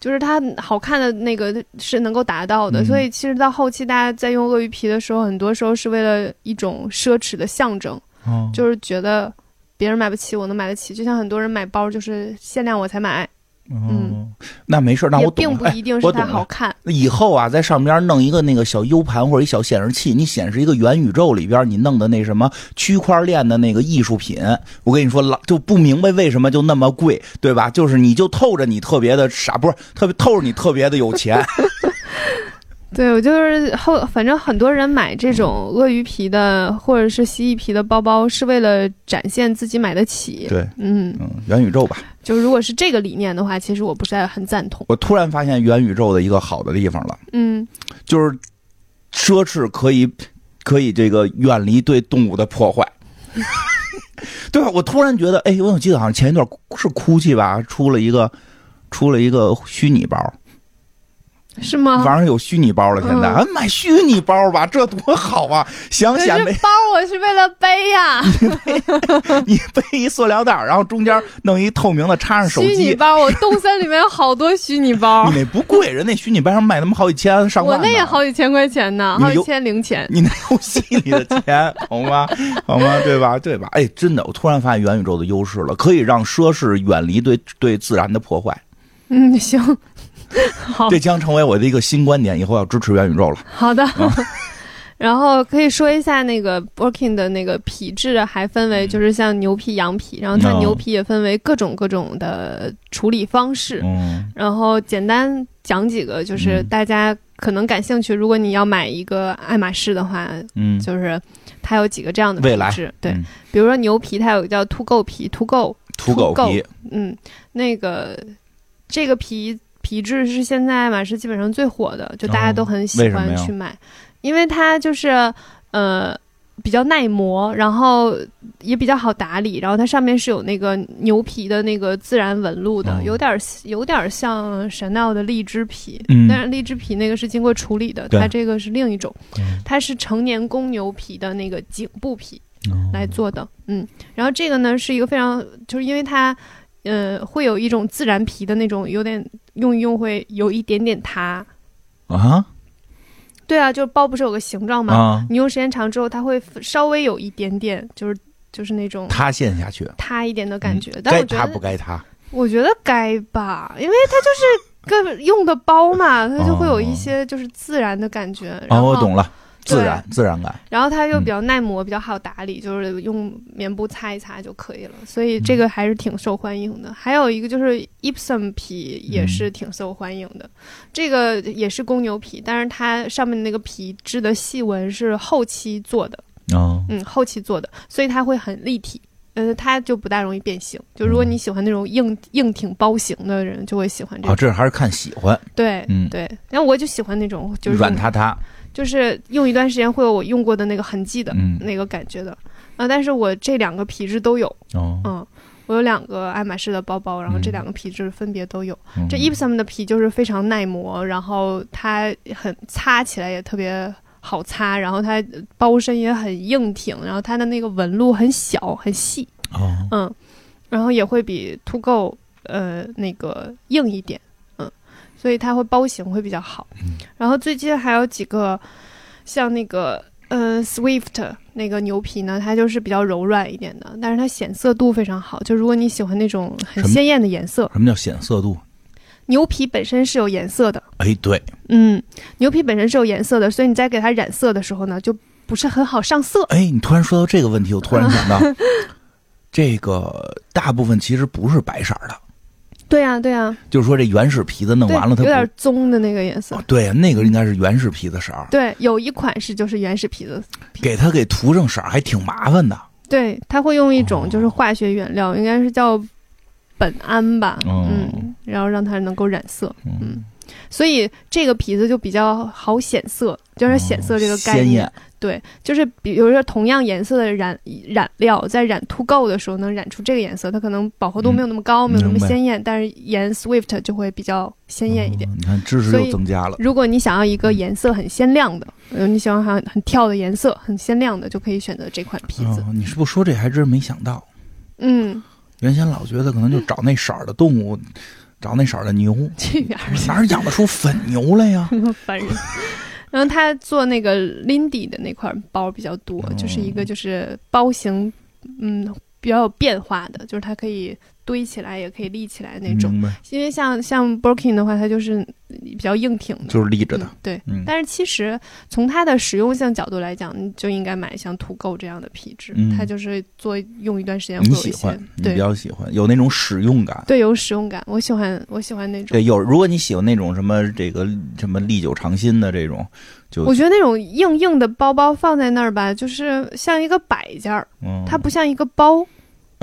就是它好看的那个是能够达到的，嗯所以其实到后期大家在用鳄鱼皮的时候，很多时候是为了一种奢侈的象征，哦就是觉得别人买不起，我能买得起。就像很多人买包，就是限量我才买，哦，那没事，那嗯也我并懂不了。哎一 定是我它懂了好看。以后啊，在上边弄一个那个小 U 盘或者一小显示器，你显示一个元宇宙里边你弄的那什么区块链的那个艺术品，我跟你说，老就不明白为什么就那么贵，对吧？ 就是你就透着你特别的傻，不是特别透着你特别的有钱，对我就是后，反正很多人买这种嗯鳄鱼皮的或者是蜥蜴皮的包包，是为了展现自己买得起。对。嗯，嗯，元宇宙吧，就如果是这个理念的话，其实我不是很赞同。我突然发现元宇宙的一个好的地方了，嗯，就是奢侈可以可以这个远离对动物的破坏， 对吧？我突然觉得，哎，我记得好像前一段是 GUCCI 吧，出了一个出了一个虚拟包，是吗？网上有虚拟包了，现在、嗯啊买虚拟包吧，这多好啊！想可显是没包我是为了背呀、 你背一塑料袋儿，然后中间弄一透明的，插上手虚拟机。包，我动森里面有好多虚拟包 你，那不贵，人那虚拟包上卖他妈好几千上我万呢。那也好几千块钱呢，你好几有千零钱。你那游戏里的钱，好吗？好吗？对吧？对吧？哎，真的，我突然发现元宇宙的优势了，可以让奢侈远离对对自然的破坏。嗯，行，好哦这将成为我的一个新观点，以后要支持元宇宙了。好的。 然后可以说一下那个 Birkin 的那个皮质，还分为就是像牛皮、羊皮，然后它嗯牛皮也分为各种各种的处理方式。嗯然后简单讲几个，就是嗯大家可能感兴趣，如果你要买一个爱马仕的话，嗯，就是它有几个这样的未品来质。对，嗯比如说牛皮，它有一个叫秃狗皮，秃狗，土狗土狗皮，嗯，那个这个皮皮质是现在爱马仕基本上最火的，就大家哦都很喜为什么欢呀去买，因为它就是呃比较耐磨，然后也比较好打理，然后它上面是有那个牛皮的那个自然纹路的，哦有点儿有点儿像 Chanel 的荔枝皮。嗯但是荔枝皮那个是经过处理的，对它这个是另一种，嗯它是成年公牛皮的那个颈部皮，来做的，嗯，然后这个呢是一个非常，就是因为它，呃，会有一种自然皮的那种，有点用一用会有一点点塌。啊对啊，就是包不是有个形状嘛，啊，你用时间长之后，它会稍微有一点点，就是就是那种塌陷下去，塌一点的感觉。但该我觉塌不得，该塌？我觉得该吧，因为它就是个用的包嘛，它就会有一些就是自然的感觉。然哦，后我懂了，对自然自然感，然后它又嗯比较耐磨，比较好打理，就是用棉布擦一擦就可以了，所嗯以这个还是挺受欢迎的。还有一个就是嗯 Epsom 皮也是挺受欢迎的，这个也是公牛皮，但是它上面那个皮质的细纹是后期做的，哦，嗯，后期做的，所以它会很立体。呃，它就不大容易变形。就如果嗯你喜欢那种硬硬挺包型的人，就会喜欢这啊，种。这还是看喜欢，对，嗯对。然后我就喜欢那种，就是软塌塌，就是用一段时间会有我用过的那个痕迹的、嗯那个感觉的啊。但是我这两个皮质都有，哦，嗯，我有两个爱马仕的包包，然后嗯这两个皮质分别都有。嗯这 Epsom 的皮就是非常耐磨，然后它很擦起来也特别。好擦，然后它包身也很硬挺，然后它的那个纹路很小很细，哦，嗯，然后也会比 To Go 呃那个硬一点，嗯，所以它会包型会比较好。嗯然后最近还有几个像那个呃 Swift 那个牛皮呢，它就是比较柔软一点的，但是它显色度非常好。就如果你喜欢那种很什么鲜艳的颜色，什么叫显色度？牛皮本身是有颜色的，哎，对，嗯，牛皮本身是有颜色的，所以你在给它染色的时候呢，就不是很好上色。哎，你突然说到这个问题，我突然 想到，这个大部分其实不是白色儿的，对呀、对呀、啊就是说这原始皮子弄对，完了，它有点不。棕的那个颜色。哦对，那个应该是原始皮子色儿，对，有一款是就是原始皮子，给它给涂上色儿还挺麻烦的。对，它会用一种哦就是化学原料，应该是叫苯胺吧，哦嗯，然后让它能够染色，嗯，所以这个皮子就比较好显色，就是显色这个概哦鲜念。艳，对，就是比如说同样颜色的染染料，在染兔垢的时候能染出这个颜色，它可能饱和度没有那么高，嗯没有那么明白鲜艳，但是颜 Swift 就会比较鲜艳一点。哦你看知识所又以增加了。如果你想要一个颜色很鲜亮的，嗯呃，你喜欢很很跳的颜色，很鲜亮的，就可以嗯选择这款皮子。哦，你是不是说这还真没想到？嗯，原先老觉得可能就找那色儿的动物，找那色儿的 牛，去远儿去哪儿养得出粉牛来呀？烦人。然后他做那个 Lindy 的那块包比较多，哦就是一个就是包型，嗯，比较有变化的，就是它可以堆起来，也可以立起来 那种。明白，因为像像 Birkin 的话，它就是比较硬挺的，就是立着的嗯。对。嗯但是其实从它的实用性角度来讲，你就应该买像土狗这样的皮质，嗯它就是做用一段时间会你有一喜些欢，你比对较喜欢，有那种使用感。对有使用感。我喜欢我喜欢那种，对，呃有如果你喜欢那种什么这个什么历久常新的这种，就我觉得那种硬硬的包包放在那儿吧，就是像一个摆件儿。嗯，它不像一个包，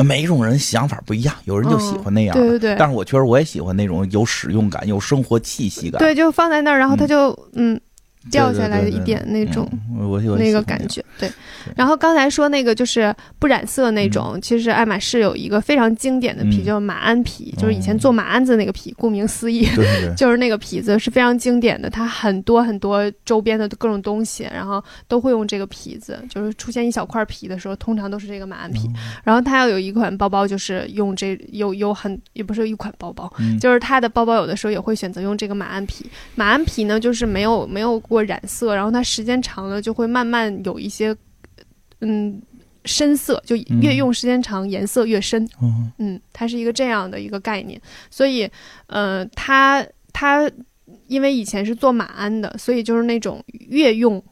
每种人想法不一样，有人就喜欢那样嗯的。对对对，但是我确实我也喜欢那种有使用感、有生活气息感，对，就放在那儿，然后它就嗯啊对掉下来对对一点那嗯种我我喜欢那个喜欢感样觉，对。然后刚才说那个就是不染色那种，其实爱马仕有一个非常经典的皮，嗯叫马鞍皮，就是以前哦做马鞍子那个皮，顾名思 义。对对 对就是那个皮子是非常经典的，它很多很多周边的各种东西，然后都会用这个皮子。就是出现一小块皮的时候，通常都是这个马鞍皮。然后它要有一款包包，就是用这有有很也不是一款包包，嗯就是它的包包有的时候也会选择用这个马鞍皮。马鞍皮呢，就是没有没有过染色，然后它时间长了就会慢慢有一些，嗯，深色，就嗯越用时间长颜色越深。哦嗯，它是一个这样的一个概念。所以，呃，它它因为以前是做马鞍的，所以就是那种越用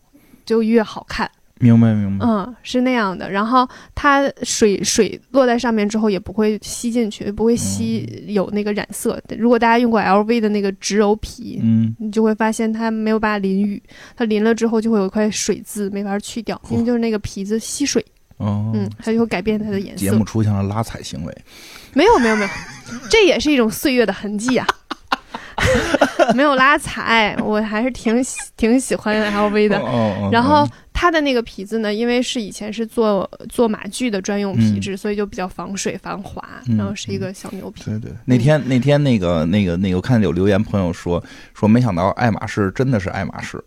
就越好看。明白明白。嗯，是那样的。然后它水水落在上面之后也不会吸进去，不会嗯吸有那个染色。如果大家用过 LV 的那个植鞣皮，嗯，你就会发现它没有办法淋雨，它淋了之后就会有一块水渍没法去掉，因为就是那个皮子吸水，哦，嗯，它就会改变它的颜节色目。出现了拉踩行为，没有没有没有，这也是一种岁月的痕迹 啊。没有拉踩，我还是挺喜挺喜欢 LV 的。哦然后它的那个皮子呢，因为是以前是做做马具的专用皮质，所以就比较防水防滑，嗯然后是一个小牛皮。对对，那天那天那个那个那个，我看有留言朋友说说，没想到爱马仕真的是爱马仕，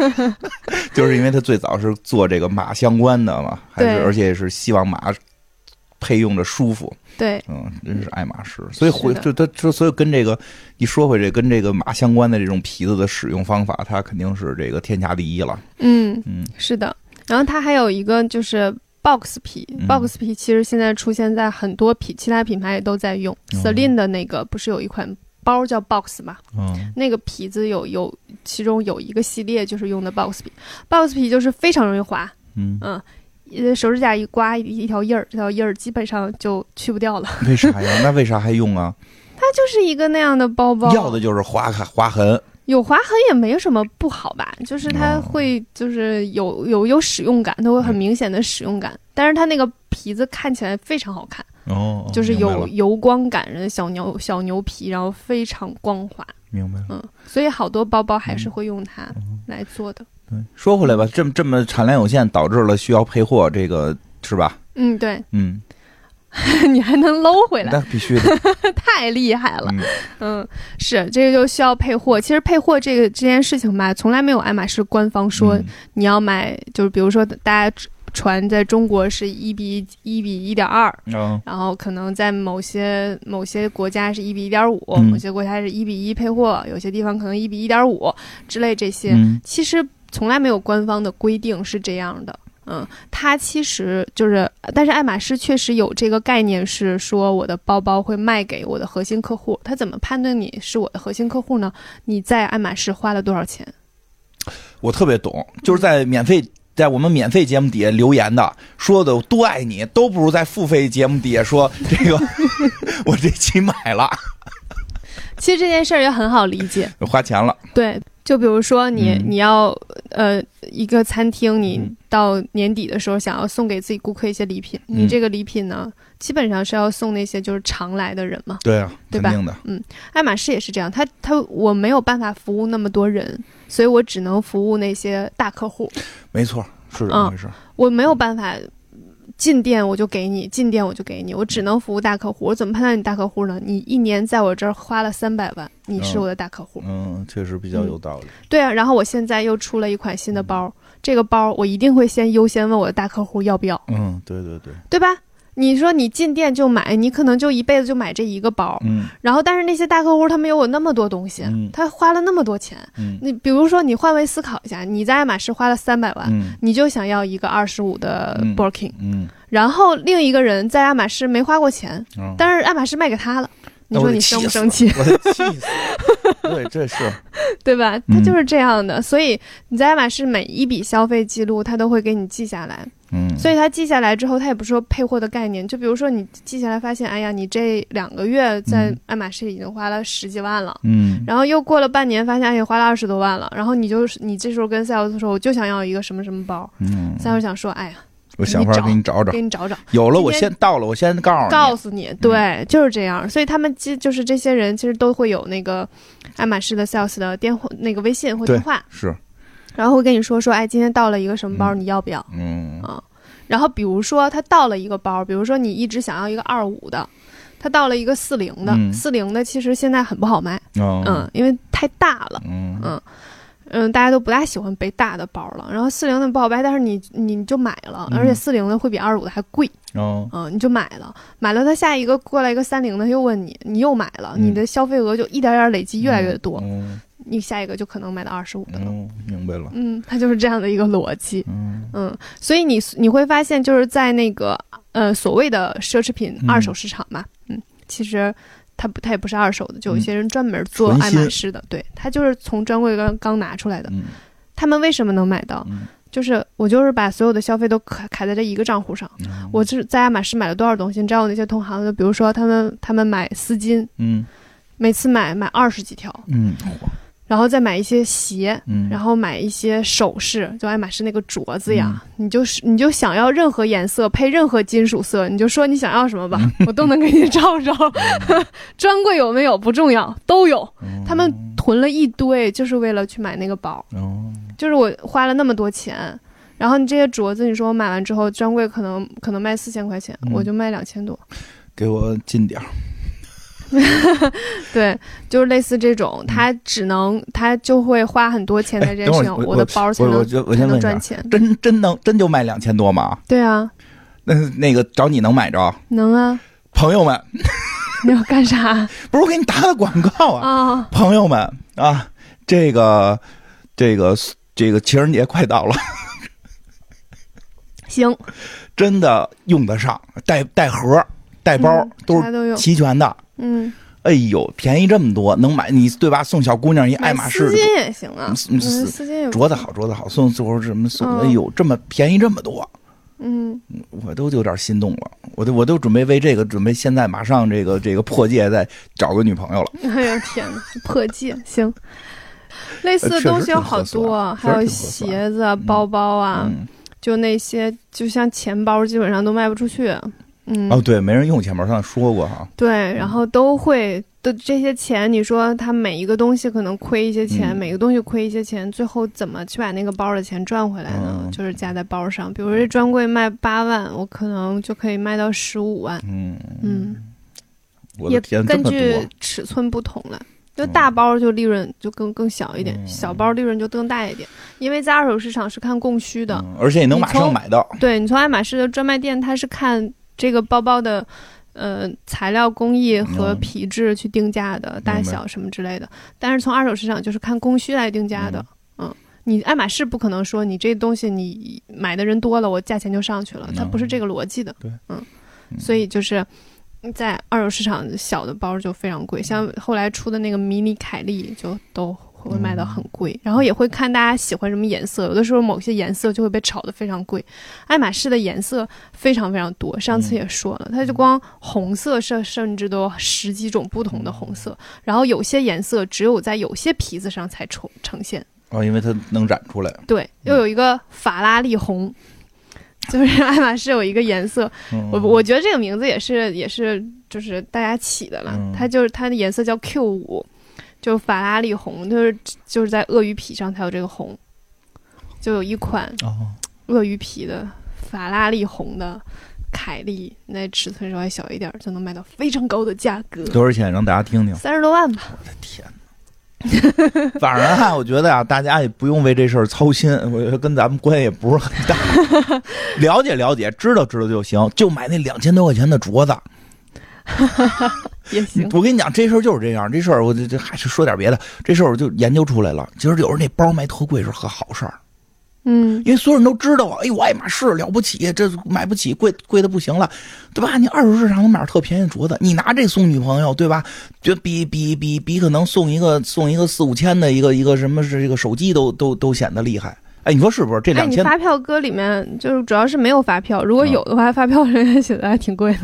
就是因为它最早是做这个马相关的嘛，还是对而且是希望马配用着舒服，对嗯，真是爱马仕。所以回是就它就所以跟这个一说回这跟这个马相关的这种皮子的使用方法，它肯定是这个天下第一了。嗯，嗯是的。然后它还有一个就是。box 皮、嗯 b o x 皮其实现在出现在很多品，其他品牌也都在用。哦 Celine 的那个不是有一款包叫 box 吗？嗯，那个皮子有有，其中有一个系列就是用的 box 皮，box 皮就是非常容易滑，嗯，嗯，呃手指甲一刮一一条印儿，这条印儿基本上就去不掉了。为啥呀？那为啥还用啊？它就是一个那样的包包，要的就是划开划痕。有划痕也没有什么不好吧，就是它哦会就是有有有使用感，它会很明显的使用嗯感，但是它那个皮子看起来非常好看，哦，就是明白有了油光感人的小牛小牛皮，然后非常光滑，明白了。嗯，所以好多包包还是会用它嗯来做的。对，说回来吧，这么这么产量有限，导致了需要配货，这个是吧？嗯，对， 嗯，你还能搂回来。那必须 的。太厉害了，嗯嗯，是这个就需要配货。其实配货这个这件事情吧，从来没有爱马仕官方说嗯你要买，就是比如说大家传在中国是一比一比一点二，哦然后可能在某些某些国家是一比一点五，嗯某些国家是一比一配货，有些地方可能一比一点五之类这些。嗯其实从来没有官方的规定是这样的。嗯，它其实就是，但是爱马仕确实有这个概念，是说我的包包会卖给我的核心客户。他怎么判断你是我的核心客户呢？你在爱马仕花了多少钱？我特别懂，就是在免费。在我们免费节目底下留言的，说的多爱你，都不如在付费节目底下说这 个，我这期买了，其实这件事儿也很好理解，花钱了，对，就比如说你、嗯你要呃一个餐厅，你到年底的时候想要送给自己顾客一些礼品，嗯你这个礼品呢，基本上是要送那些就是常来的人嘛。对啊，对吧肯定的，爱马仕也是这样，他他我没有办法服务那么多人，所以我只能服务那些大客户，没错，是嗯这么回事。我没有办法进店我就给你，进店我就给你，我只能服务大客户。我怎么判断你大客户呢？你一年在我这儿花了三百万，你哦是我的大客户。嗯，确实比较有道理。对啊，然后我现在又出了一款新的包，这个包我一定会先优先问我的大客户要不要，嗯，对对对，对吧？你说你进店就买，你可能就一辈子就买这一个包，嗯然后但是那些大客户他们有我那么多东西，嗯他花了那么多钱，嗯你比如说，你换位思考一下，你在爱马仕花了三百万，嗯你就想要一个二十五的嗯 Birkin，、嗯，然后另一个人在爱马仕没花过钱，嗯但是爱马仕卖给他了，你那我说得你生不气死生气？ 我得气死了，对，这是，对吧？嗯他就是这样的，所以你在爱马仕每一笔消费记录，他都会给你记下来。嗯，所以他记下来之后，他也不是说配货的概念，就比如说你记下来发现，哎呀，你这两个月在嗯爱马仕已经花了十几万了。嗯，然后又过了半年，发现哎呀花了二十多万了。然后你就是你这时候跟 sales 说，我就想要一个什么什么包，嗯，三友想说，哎呀，我想法你找给你找找，给你找找，有了我今天先到了，我先告诉你，嗯告诉你，对，就是这样。所以他们其就是这些人，其实都会有那个爱马仕的 sales 的电话、那个微信或对电话，是，然后会跟你说说，哎，今天到了一个什么包，嗯你要不要？嗯啊，然后比如说他到了一个包，比如说你一直想要一个二五的，他到了一个四零的，嗯四零的其实现在很不好卖，哦嗯，因为太大了。嗯嗯嗯，大家都不大喜欢背大的包了。然后四零的不好背，但是你你就买了，嗯而且四零的会比二五的还贵，哦，嗯，你就买了，买了它下一个过来一个三零的又问你，你又买了，嗯你的消费额就一点点累积越来越多，嗯你下一个就可能买到二十五的了。哦，明白了，嗯，它就是这样的一个逻辑。嗯嗯，所以你你会发现，就是在那个呃所谓的奢侈品嗯二手市场嘛，嗯，其实它不它也不是二手的，就有一些人专门做嗯纯爱新马仕的，对，它就是从专柜刚刚拿出来的。嗯他们为什么能买到？嗯就是我就是把所有的消费都卡卡在这一个账户上。嗯我是在爱马仕买了多少东西？你知道我那些同行的，比如说他们他们买丝巾，嗯每次买买二十几条，嗯然后再买一些鞋，嗯，然后买一些首饰，就爱马仕那个镯子呀，嗯你就是你就想要任何颜色配任何金属色，你就说你想要什么吧，嗯我都能给你照 着。 专柜有没有不重要，都有。嗯他们囤了一堆，就是为了去买那个包。哦就是我花了那么多钱，然后你这些镯子，你说我买完之后，专柜可能可能卖四千块钱，嗯我就卖两千多。给我近点儿，对，就是类似这嗯种，他只能他就会花很多钱在这件哎等事会情，儿我的包才我我能就我才先问能一赚下，啊钱。真真能真就卖两千多吗？对啊，那那个找你能买着？能啊， 朋友们，你要干啥不是我给你打个广告啊，啊？朋友们啊，这个这个这个情人节快到了，行，真的用得上，带带盒儿带包、嗯都啥是都有，齐全的。嗯，哎呦，便宜这么多，能买你对吧？送小姑娘一爱马仕买丝巾也行啊，嗯买丝丝巾也镯子好，镯子好，送送什么送？嗯哎呦，这么便宜这么多，嗯，我都有点心动了，我都我都准备为这个准备现在马上这个这个破戒再找个女朋友了。哎呀天呐，破戒行。类似呃的确实东西有挺好合算多，啊确实还有挺合算鞋子啊、包包啊，嗯，就那些，就像钱包，基本上都卖不出去。嗯，哦对，没人用钱包，上次说过哈。对，嗯然后都会的这些钱，你说他每一个东西可能亏一些钱，嗯每个东西亏一些钱，最后怎么去把那个包的钱赚回来呢？嗯就是加在包上。比如说这专柜卖八万，我可能就可以卖到十五万。嗯，嗯，我也的天，这根么据多，尺寸不同了。就嗯大包就利润就更更小一点，嗯小包利润就更大一点，因为在二手市场是看供需的。嗯而且也能马你上从买到。对你从爱马仕的专卖店，它是看这个包包的呃材料、工艺和嗯皮质去定价的，大白小什么之类的。但是从二手市场就是看供需来定价的。嗯你爱马仕不可能说你这东西你买的人多了，我价钱就上去了，它嗯不是这个逻辑的。对嗯，嗯所以就是。在二手市场，小的包就非常贵，像后来出的那个迷你凯莉就都会卖嗯到很贵，然后也会看大家喜欢什么颜色，有的时候某些颜色就会被炒得非常贵，爱马仕的颜色非常非常多，上次也说了，它就光红色甚甚至都有十几种不同的红色，然后有些颜色只有在有些皮子上才呈呈现。哦，因为它能染出来。对，又有一个法拉利红，就是爱马仕有一个颜色，嗯我我觉得这个名字也是也是就是大家起的了，嗯它就是它的颜色叫 Q 五，就法拉利红，就是就是在鳄鱼皮上才有这个红，就有一款哦，鳄鱼皮的法拉利红的凯莉，那尺寸稍微小一点儿，就能卖到非常高的价格，多少钱让大家听听？三十多万吧。天哪！反正啊，我觉得啊，大家也不用为这事儿操心，我觉得跟咱们关系也不是很大， 了解了解，知道知道就行，就买那两千多块钱的镯子。也行，我跟你讲，这事儿就是这样，这事儿我这这还是说点别的，这事儿我就研究出来了。其实有时候那包卖特贵是个好事儿，嗯，因为所有人都知道啊，哎呦，爱马仕了不起，这买不起，贵贵的不行了，对吧？你二手市场能买着特便宜的镯子，你拿这送女朋友，对吧？就比比比比可能送一个送一个四五千的一个一个什么是这个手机都都都显得厉害。哎，你说是不是？这哎，两你千、发票歌里面就是主要是没有发票，如果嗯有的话，发票上面写的还挺贵的。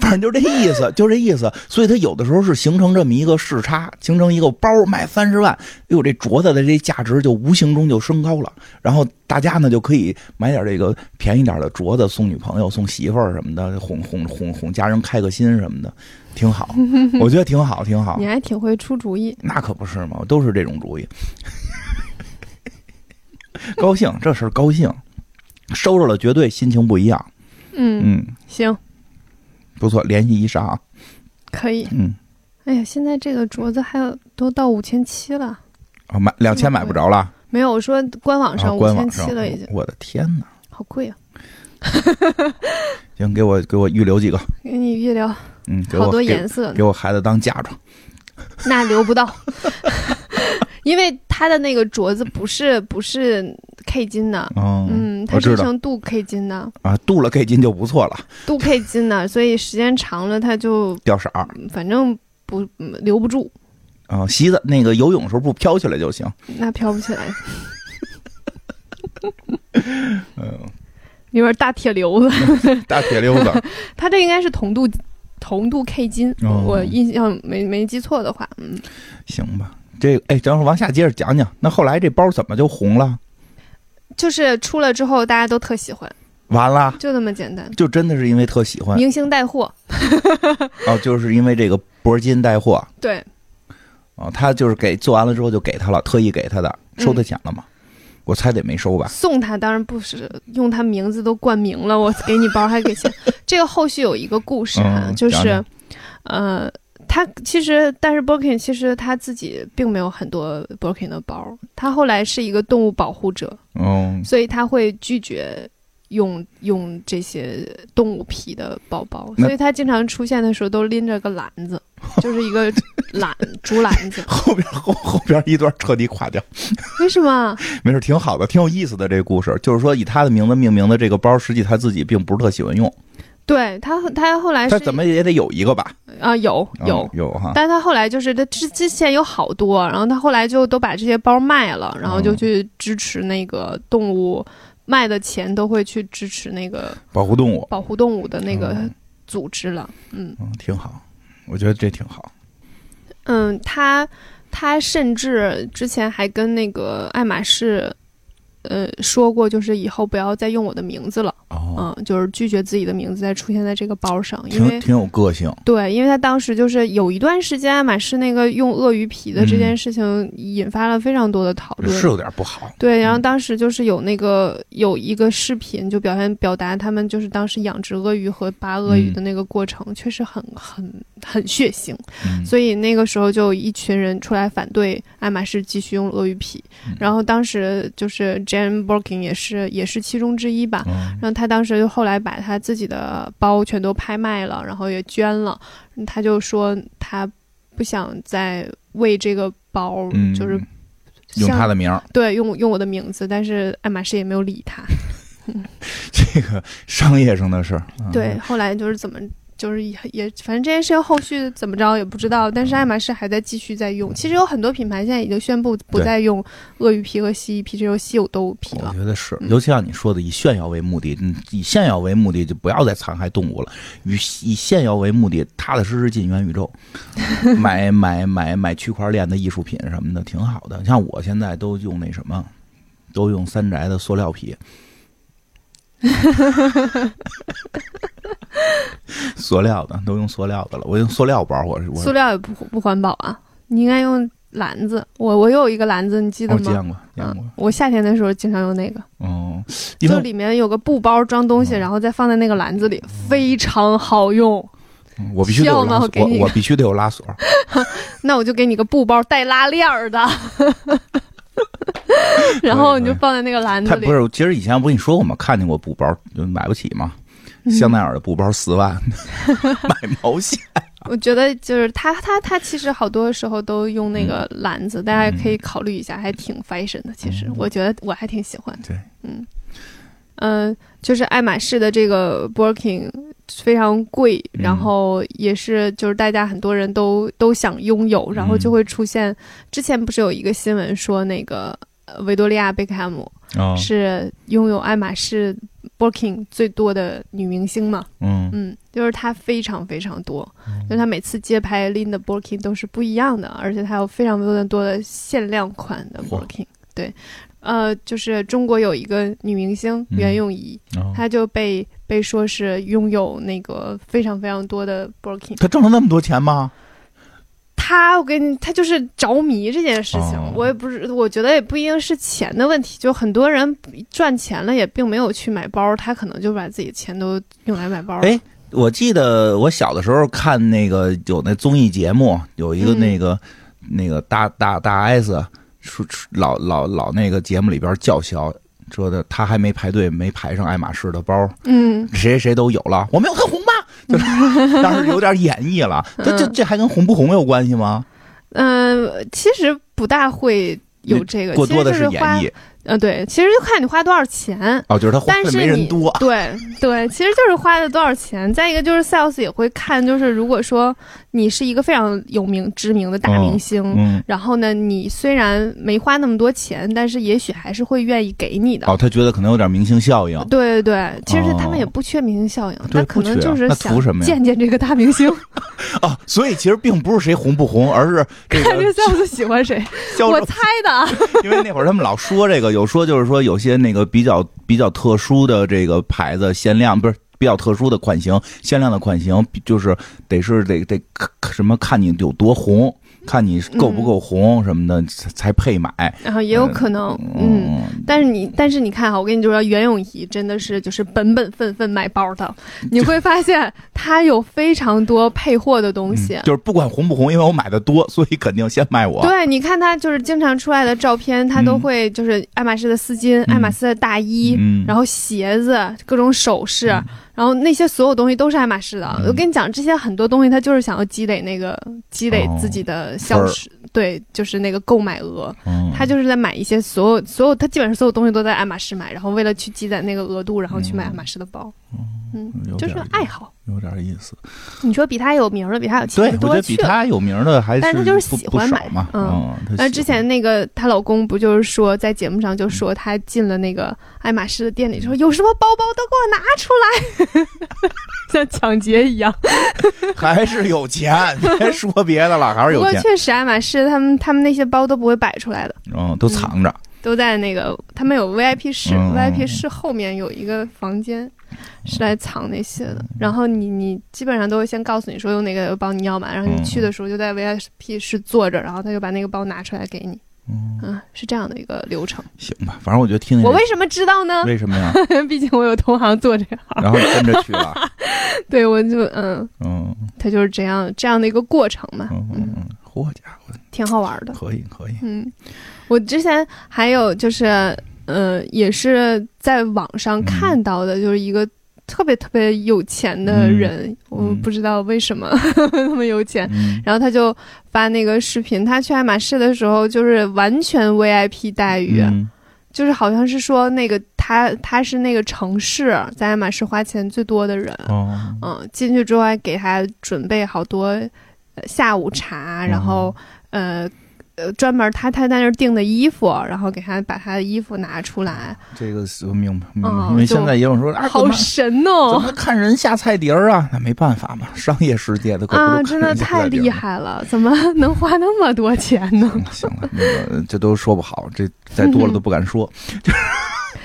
反正就这意思，就这意思。所以它有的时候是形成这么一个市差，形成一个包卖三十万，哎呦，这镯子的这价值就无形中就升高了。然后大家呢就可以买点这个便宜点的镯子送女朋友、送媳妇儿什么的，哄哄哄哄家人开个心什么的，挺好。我觉得挺好，挺好你。还挺会出主意，那可不是嘛，我都是这种主意。 高兴，这事儿高兴，收着了绝对心情不一样。嗯，嗯，行，不错，联系一下啊。可以。嗯。哎呀，现在这个镯子还有都到五千七了，啊，买两千买不着了，没有，我说官网啊啊，上五官千网七上了已经，我的天哪！好贵啊！行，给我给我预留几个，给你预留嗯，给好我多给颜色呢给我孩子当嫁妆。那留不到， 因为它的那个镯子不是不是 K 金的，嗯嗯，它我是知道成镀 K 金的，啊，镀了 K 金就不错了，镀 K 金的，所以时间长了它就掉色儿嗯反正不嗯留不住，啊、洗澡那个游泳的时候不飘起来就行。那飘不起来， 嗯，里边大铁流子，大铁溜子，它这应该是铜镀铜镀 K 金，哦我印象没没记错的话，嗯， 行吧。这哎，咱往下接着讲讲，那后来这包怎么就红了？就是出了之后大家都特喜欢，完了，就那么简单，就真的是因为特喜欢明星带货，哦，就是因为这个铂金带货对，哦，他就是给做完了之后就给他了，特意给他的，收他钱了吗？嗯我猜得没收吧？送他当然不是用他名字都冠名了，我给你包还给 钱，这个后续有一个故事啊，嗯就讲是讲，呃。他其实，但是 Birkin 其实他自己并没有很多 Birkin 的包，他后来是一个动物保护者，嗯，所以他会拒绝用用这些动物皮的包包，那所以他经常出现的时候都拎着个篮 子，就是一个篮竹篮子。后边后后边一段彻底垮掉，为什么？没事，挺好的，挺有意思的这个故事，就是说以他的名字命名的这个包，实际他自己并不是特喜欢用，对他，他后哎来是他怎么也得有一个吧？啊、有有。嗯有哈，但他后来就是他之之前有好多，然后他后来就都把这些包卖了，然哦后就去支持那个动物，卖的钱都会去支持那个保护动物，保护动物的那个嗯组织了。嗯，嗯，挺好，我觉得这挺好。嗯，他他甚至之前还跟那个爱马仕，呃，说过，就是以后不要再用我的名字了，哦，嗯，就是拒绝自己的名字再出现在这个包上，因嗯挺为挺有个性，对，因为他当时就是有一段时间，爱马仕那个用鳄鱼皮的这件事情引发了非常多的讨论。嗯是有点不好。对，然后嗯当时就是有那个有一个视频，就表现表达他们就是当时养殖鳄鱼和拔鳄鱼嗯的那个过程，确实很很很血腥。嗯所以那个时候就一群人出来反对爱马仕继续用鳄鱼皮，嗯然后当时就是 Jane Birkin 也是也是其中之一吧。嗯然后他当时就后来把他自己的包全都拍卖了，然后也捐了。他就说他不想再为这个包，嗯，就是用像他的名儿， 对用用我的名字，但是爱马仕也没有理他。这个商业上的事儿。嗯对，，后来就是怎么就是也也，反正这件事情后续怎么着也不知道，但是爱马仕还在继续在用。其实有很多品牌现在已经宣布不对哦再用鳄鱼皮和蜥蜴皮这种稀有动物皮我了。觉得是，嗯尤其像你说的，以炫耀为目的，嗯，以炫耀为目的就不要再残害动物了，与以炫耀为目的，踏踏实实进元 宇宙，买买买买区块链的艺术品什么的，挺好的。像我现在都用那什么，都用三宅的塑 料皮。塑料的都用塑料的了，我用塑料包，我是我塑料也不不环保啊，你应该用篮子。我我有一个篮子，你记得我哦见吗？过见过嗯，，我夏天的时候经常用那个，嗯，因就为里面有个布包装东西，嗯然后再放在那个篮子里，非常好用。嗯我必须得有需要吗拉我锁，给我你我必须得有拉锁。那我就给你个布包带拉链儿的， 然后你就放在那个篮子他里不。是，其实以前我不跟你说过吗？看见过布包，就买不起嘛。嗯香奈儿的布包 四万，买毛线。我觉得就是他他他其实好多时候都用那个篮子，大家可以考虑一下，还挺 fashion 的。其实嗯我觉得我还挺喜欢的。对，嗯嗯、呃就是爱马仕的这个 Birkin 非常贵，嗯然后也是就是大家很多人都都想拥嗯有，然后就会出现。之前不是有一个新闻说那个呃维多利亚贝克汉姆嗯是拥有爱马仕 Birkin 最多的女明星嘛？嗯，嗯，就是她非常非常多，就是她每次街拍拎的 Birkin 都是不一样的，而且她有非常多的多的限量款的嚯 Birkin。对，呃，就是中国有一个女明星嗯袁咏仪，嗯她就被被说是拥有那个非常非常多的 Birkin。他挣了那么多钱吗？她，我跟你，她就是着迷这件事情，哦我也不是，我觉得也不一定是钱的问题，就很多人赚钱了也并没有去买包，她可能就把自己的钱都用来买包了。哎我记得我小的时候看那个有那综艺节目，有一个嗯那个、那个大大大 S 说说老老老那个节目里边叫嚣说的，他还没排队，没排上爱马仕的包，嗯，谁谁都有了，我没有他红吗？ 就是当时有点演绎了，这嗯这这还跟红不红有关系吗？嗯，其实不大会有这个，过多的其实就是演花绎，呃，对，其实就看你花多少钱。哦，就是他花但费是没你人多，啊对对，其实就是花了多少钱。再一个就是 sales 也会看，就是如果说你是一个非常有名、知名的大明星，嗯，然后呢，你虽然没花那么多钱，但是也许还是会愿意给你的。哦，他觉得可能有点明星效应，对对对，其实他哦们也不缺明星效应，对他可不能缺啊就是那想图什么呀见见这个大明星，哦，所以其实并不是谁红不红，而是 这看这个 sales 喜欢谁。销我售，猜的啊，因为那会儿他们老说这个，有说就是说有些那个比较比较特殊的这个牌子限量，不是比较特殊的款型，限量的款型比就是得是得得什么看你有多红，看你够嗯不够红什么的才才配买，然后也有可能，嗯。嗯，但是你，但是你看哈，我跟你说，袁咏仪真的是就是本本分分买包的，你会发现她有非常多配货的东西。嗯就是不管红不红，因为我买的多，所以肯定先卖我。对，你看她就是经常出来的照片，她都嗯会就是爱马仕的丝巾、爱马仕的大衣，嗯，然后鞋子、各种首饰，嗯然后那些所有东西都是爱马仕的。嗯我跟你讲，这些很多东西她就是想要积累那个积累哦自己的分销儿售，对，就是那个购买额。嗯他就是在买一些所有所有，他基本上所有东西都在爱马仕买，然后为了去积攒那个额度，然后去买爱马仕的包，嗯，有就是点爱好。有点意思。你说比他有名儿的，比他有钱对，的我觉多得了比去了。他有名的还但是他就就是不喜不欢少买嘛。嗯嗯，他那喜之欢前那个她老公不就是说在节目上就说她进了那个爱马仕的店里，说有什么包包都给我拿出来， 像抢劫一样。还是 有钱，别说别的了，还是不有过钱。确实爱马仕他们他们那些包都不会摆出来的，嗯，都藏着。都在那个他们有 VIP 室、嗯 v i p 室后面有一个房间是来藏那些嗯的。然后你你基本上都会先告诉你说有哪个包你要嘛，然后你嗯去的时候就在 VIP 室坐着，然后他就把那个包拿出来给你。嗯，是这样的一个流程。行吧，反正我觉得听听我这为什么知道呢？ 为什么呀？毕竟我有同行做这行。然后你跟着去了。 对，我就嗯，嗯他就是这样这样的一个过程嘛，嗯嗯嗯，嚯家伙，挺好玩的。可以可以。嗯，我之前还有就是，呃，也是在网上看到的，就是一个特别特别有钱的人，我不知道为什么 那么有钱。嗯，然后他就发那个视频，他去爱马仕的时候就是完全 VIP 待遇，嗯就是好像是说那个他他是那个城市在爱马仕花钱最多的人，哦，嗯，进去之后还给他准备好多呃下午嗯茶，然后、呃呃专门他他在那儿订的衣服，然后给他把他的衣服拿出来，这个是我明白明白哦，因为现就在也有人说啊，干好嘛神怎哦！么看人下菜碟儿啊？那没办法嘛，商业世界的可不啊，是真看的人下太菜碟儿厉吗。害了，怎么能花那么多钱呢？ 嗯行了，那个这都说不好，这再多嗯了都不敢说。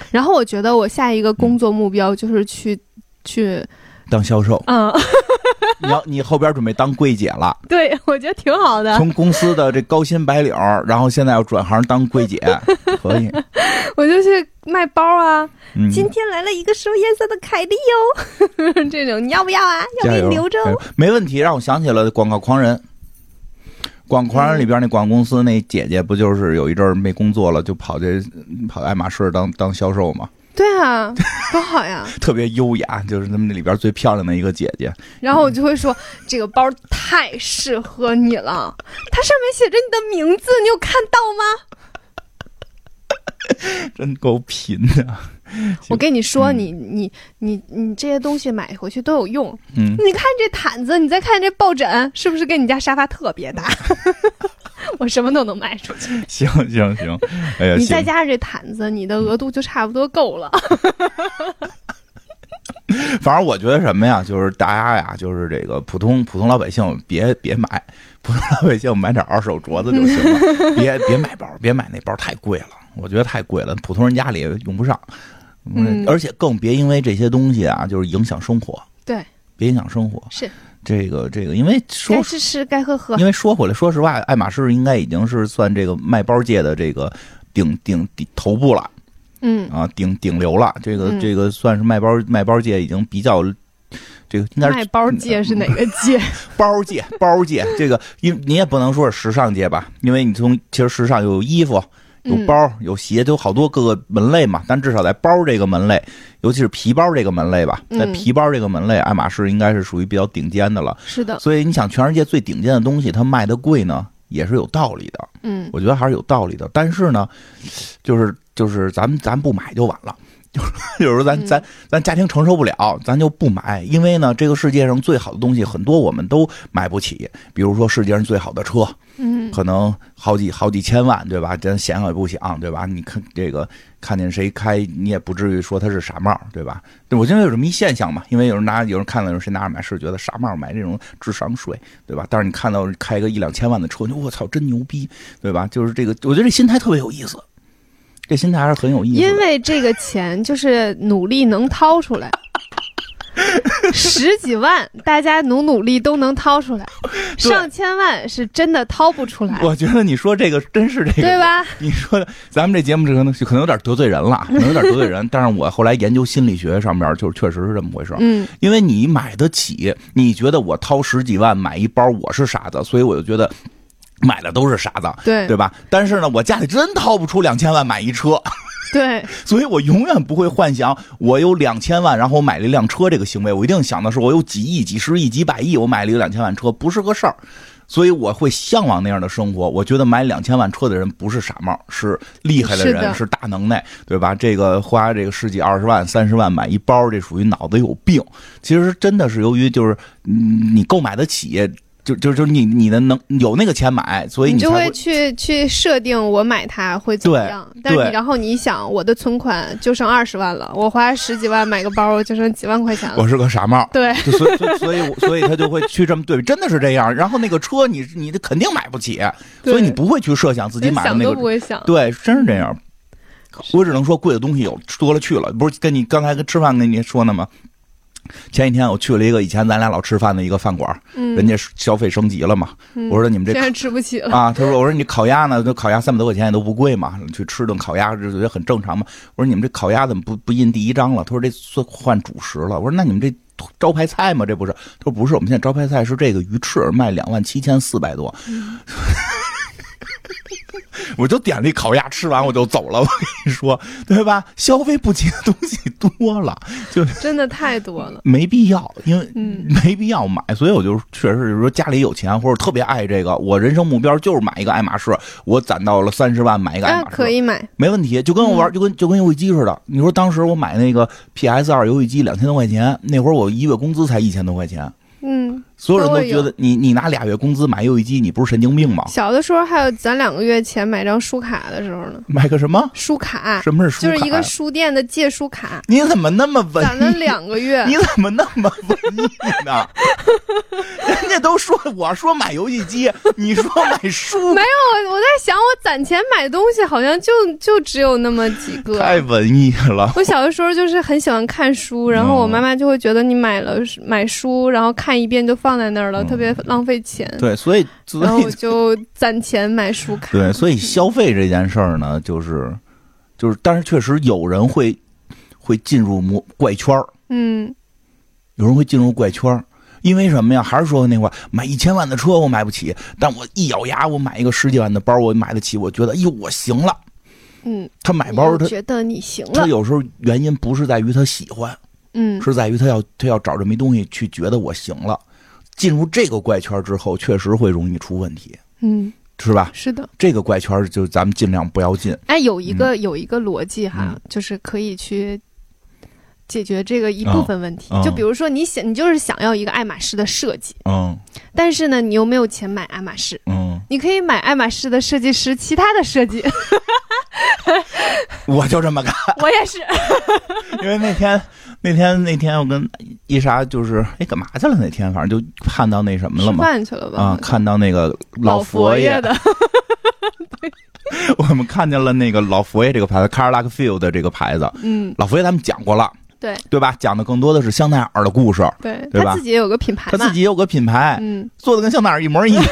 然后我觉得我下一个工作目标就是去去，当销售，嗯，你要你后边准备当柜姐了，对我觉得挺好的。从公司的这高薪白领儿，然后现在要转行当 柜姐，可以。我就去卖包啊，嗯，今天来了一个什么颜色的凯莉哦， 这种你要不要啊？要加给油你留着加哦。油没问题。让我想起了《广告狂人》，《广告狂人》里边那广告公司那姐姐不就是有一阵儿没工作了，就跑这跑爱马仕当当销售嘛，对啊，多好呀！ 特别优雅，就是他们那里边最漂亮的一个姐姐。然后我就会说，这个包太适合你了，它上面写着你的名字，你有看到吗？真够贫的，我跟你说，嗯你你你你这些东西买回去都有用。嗯，你看这毯子，你再看这抱枕，是不是跟你家沙发特别 搭？我什么都能卖出去。行行行，哎呀，你再行，加上这毯子，你的额度就差不多够了。反正我觉得什么呀，就是大家呀，就是这个普通普通老百姓别别买，普通老百姓买点二手镯子就行了， 别别买包，别买那包太贵了，我觉得太贵了，普通人家里也用不上，嗯而且更别因为这些东西啊，就是影响生活，对，别影响生活，是这个这个，因为说该吃吃，该喝喝。因为说回来，说实话，爱马仕应该已经是算这个卖包界的这个顶顶顶头部了。嗯，啊，顶顶流了。这个嗯这个算是卖包卖包界已经比较，这个应该卖是嗯包界是哪个界？包界包界。这个因你也不能说是时尚界吧，因为你从其实时尚有衣服。 有嗯包、有鞋，有好多各个门类嘛。但至少在包这个门类，尤其是皮包这个门类吧，在嗯皮包这个门类，爱马仕应该是属于比较顶尖的了。是的，所以你想，全世界最顶尖的东西，它卖的贵呢，也是有道理的，嗯我觉得还是有道理的。但是呢，就是就是咱们咱不买就完了。 就是有时候咱嗯咱咱家庭承受不了，咱就不买，因为呢，这个世界上最好的东西很多我们都买不起，比如说世界上最好的车，嗯，可能好几好几千万，对吧？咱想想也不想，对吧？你看这个看见谁开，你也不至于说他是傻帽，对吧？对我现在有这么一现象嘛，因为有人拿有人看到有人谁拿着买，是觉得傻帽买这种智商税，对吧？但是你看到开个一两千万的车，你就我操，真牛逼，对吧？就是这个，我觉得这心态特别有意思，这心态还是很有意思的。因为这个钱就是努力能掏出 来，十几万大家努努力都能掏出 来，上千万是真的掏不出来，我觉得你说这个真是这个，对吧？你说的，咱们这节目可能可能有点得罪人了，可能有点得罪人。但是我后来研究心理学上面，就是确实是这么回事儿。嗯，因为你买得起，你觉得我掏十几万买一包，我是傻子，所以我就觉得买的都是傻子，对对吧？但是呢，我家里真掏不出两千万买一车，对，所以我永远不会幻想我有两千万，然后我买了一辆车这个行为。我一定想的是，我有几亿、几十亿、几百亿，我买了一个两千万车不是个事儿。所以我会向往那样的生活。我觉得买两千万车的人不是傻帽，是厉害的是人，的是大能耐，对吧？这个花这个十几二十万、三十万买一包，这属于脑子有病。其实真的是由于就是嗯你购买得起，就就就你你的能有那个钱买，所以你才就会会去去设定我买它会怎么样，但是对你然后你一想，我的存款就剩二十万了，我花十几万买个包，就剩几万块钱了，我是个傻帽。对，就所以所以所以我所以他就会去这么对比，真的是这样。然后那个车你你肯定买不起，对所以你不会去设想自己连买的想那都个不会想，对，真是这样。我只能说贵的东西有多了去了，不是跟你刚才跟吃饭跟你说呢吗？前几天我去了一个以前咱俩老吃饭的一个饭馆，嗯，人家消费升级了嘛。嗯我说你们这现在吃不起了，啊，他说我说你烤鸭呢？这烤鸭三百多块钱也都不贵嘛，去吃顿烤鸭这觉得很正常嘛。我说你们这烤鸭怎么不不印第一张了？他说这算换主食了。我说那你们这招牌菜吗？这不是？他说不是，我们现在招牌菜是这个鱼翅，卖两万七千四百多。 我就点了一烤鸭，吃完我就走了。我跟你说，对吧？消费不起的东西多了，真的太多了，没必要，因为嗯没必要买，所以我就确实是说家里有钱或者特别爱这个，我人生目标就是买一个爱马仕，我攒到了三十万买一个爱那马啊仕，可以嗯买，没问题，就跟我玩，就跟就跟游戏机似的。你说当时我买那个 PS 二游戏机两千多块钱，那会儿我一月工资才一千多块钱，嗯。所有人都都会觉得你你拿俩月工资买游戏机，你不是神经病吗？小的时候还有咱两个月前买张书卡的时候呢，买个什么？书卡什么是书啊就卡？是一个书店的借书 卡，你怎么那么文。攒了两个月 你怎么那么文艺呢？人家都说我说买游戏机，你说买书没，有，哦我在想，我攒钱买东西好像就就只有那么几个。太嗯文艺了。我小的时候就是很喜欢看书，然后我妈妈就会觉得你买了买书，然后看一遍就放在那儿了，嗯特别浪费钱。对，所以所然后我以就攒钱买书卡。对，所以消费这件事儿呢，就是就是，但是确实有人会会进入魔怪圈儿，嗯，有人会进入怪圈儿。因为什么呀？还是说那话，买一千万的车我买不起，但我一咬牙，我买一个十几万的包，我买得起。我觉得，哎呦，我行了。嗯，他买你包，又哎他觉得你行他了，有时候原因不是在于他喜欢，嗯，是在于他要他要找这么一东西去觉得我行了，进入这个怪圈之后，确实会容易出问题，嗯，是吧？是的。这个怪圈就咱们尽量不要进。哎，有一个、有一个逻辑哈，嗯就是可以去解决这个一部分问题。嗯嗯就比如说，你想你就是想要一个爱马仕的设计，嗯但是呢，你又没有钱买爱马仕。嗯，你可以买爱马仕的设计师其他的设 计，我就这么干， 我也是。因为那天那天那天我跟伊莎就是哎干嘛去了？那天反正就看到那什么了吃嘛。饭去了吧？啊，看到那个老佛佛爷，的， 我们看见了那个老佛爷这个牌子 c a r l a c f i e l d 的这个牌子。嗯，老佛爷咱们讲过了，对对吧？讲的更多的是香奈儿的故事，对，对吧他自己也有个品牌他嘛，自己有个品牌，嗯， 做的跟香奈儿一模一样。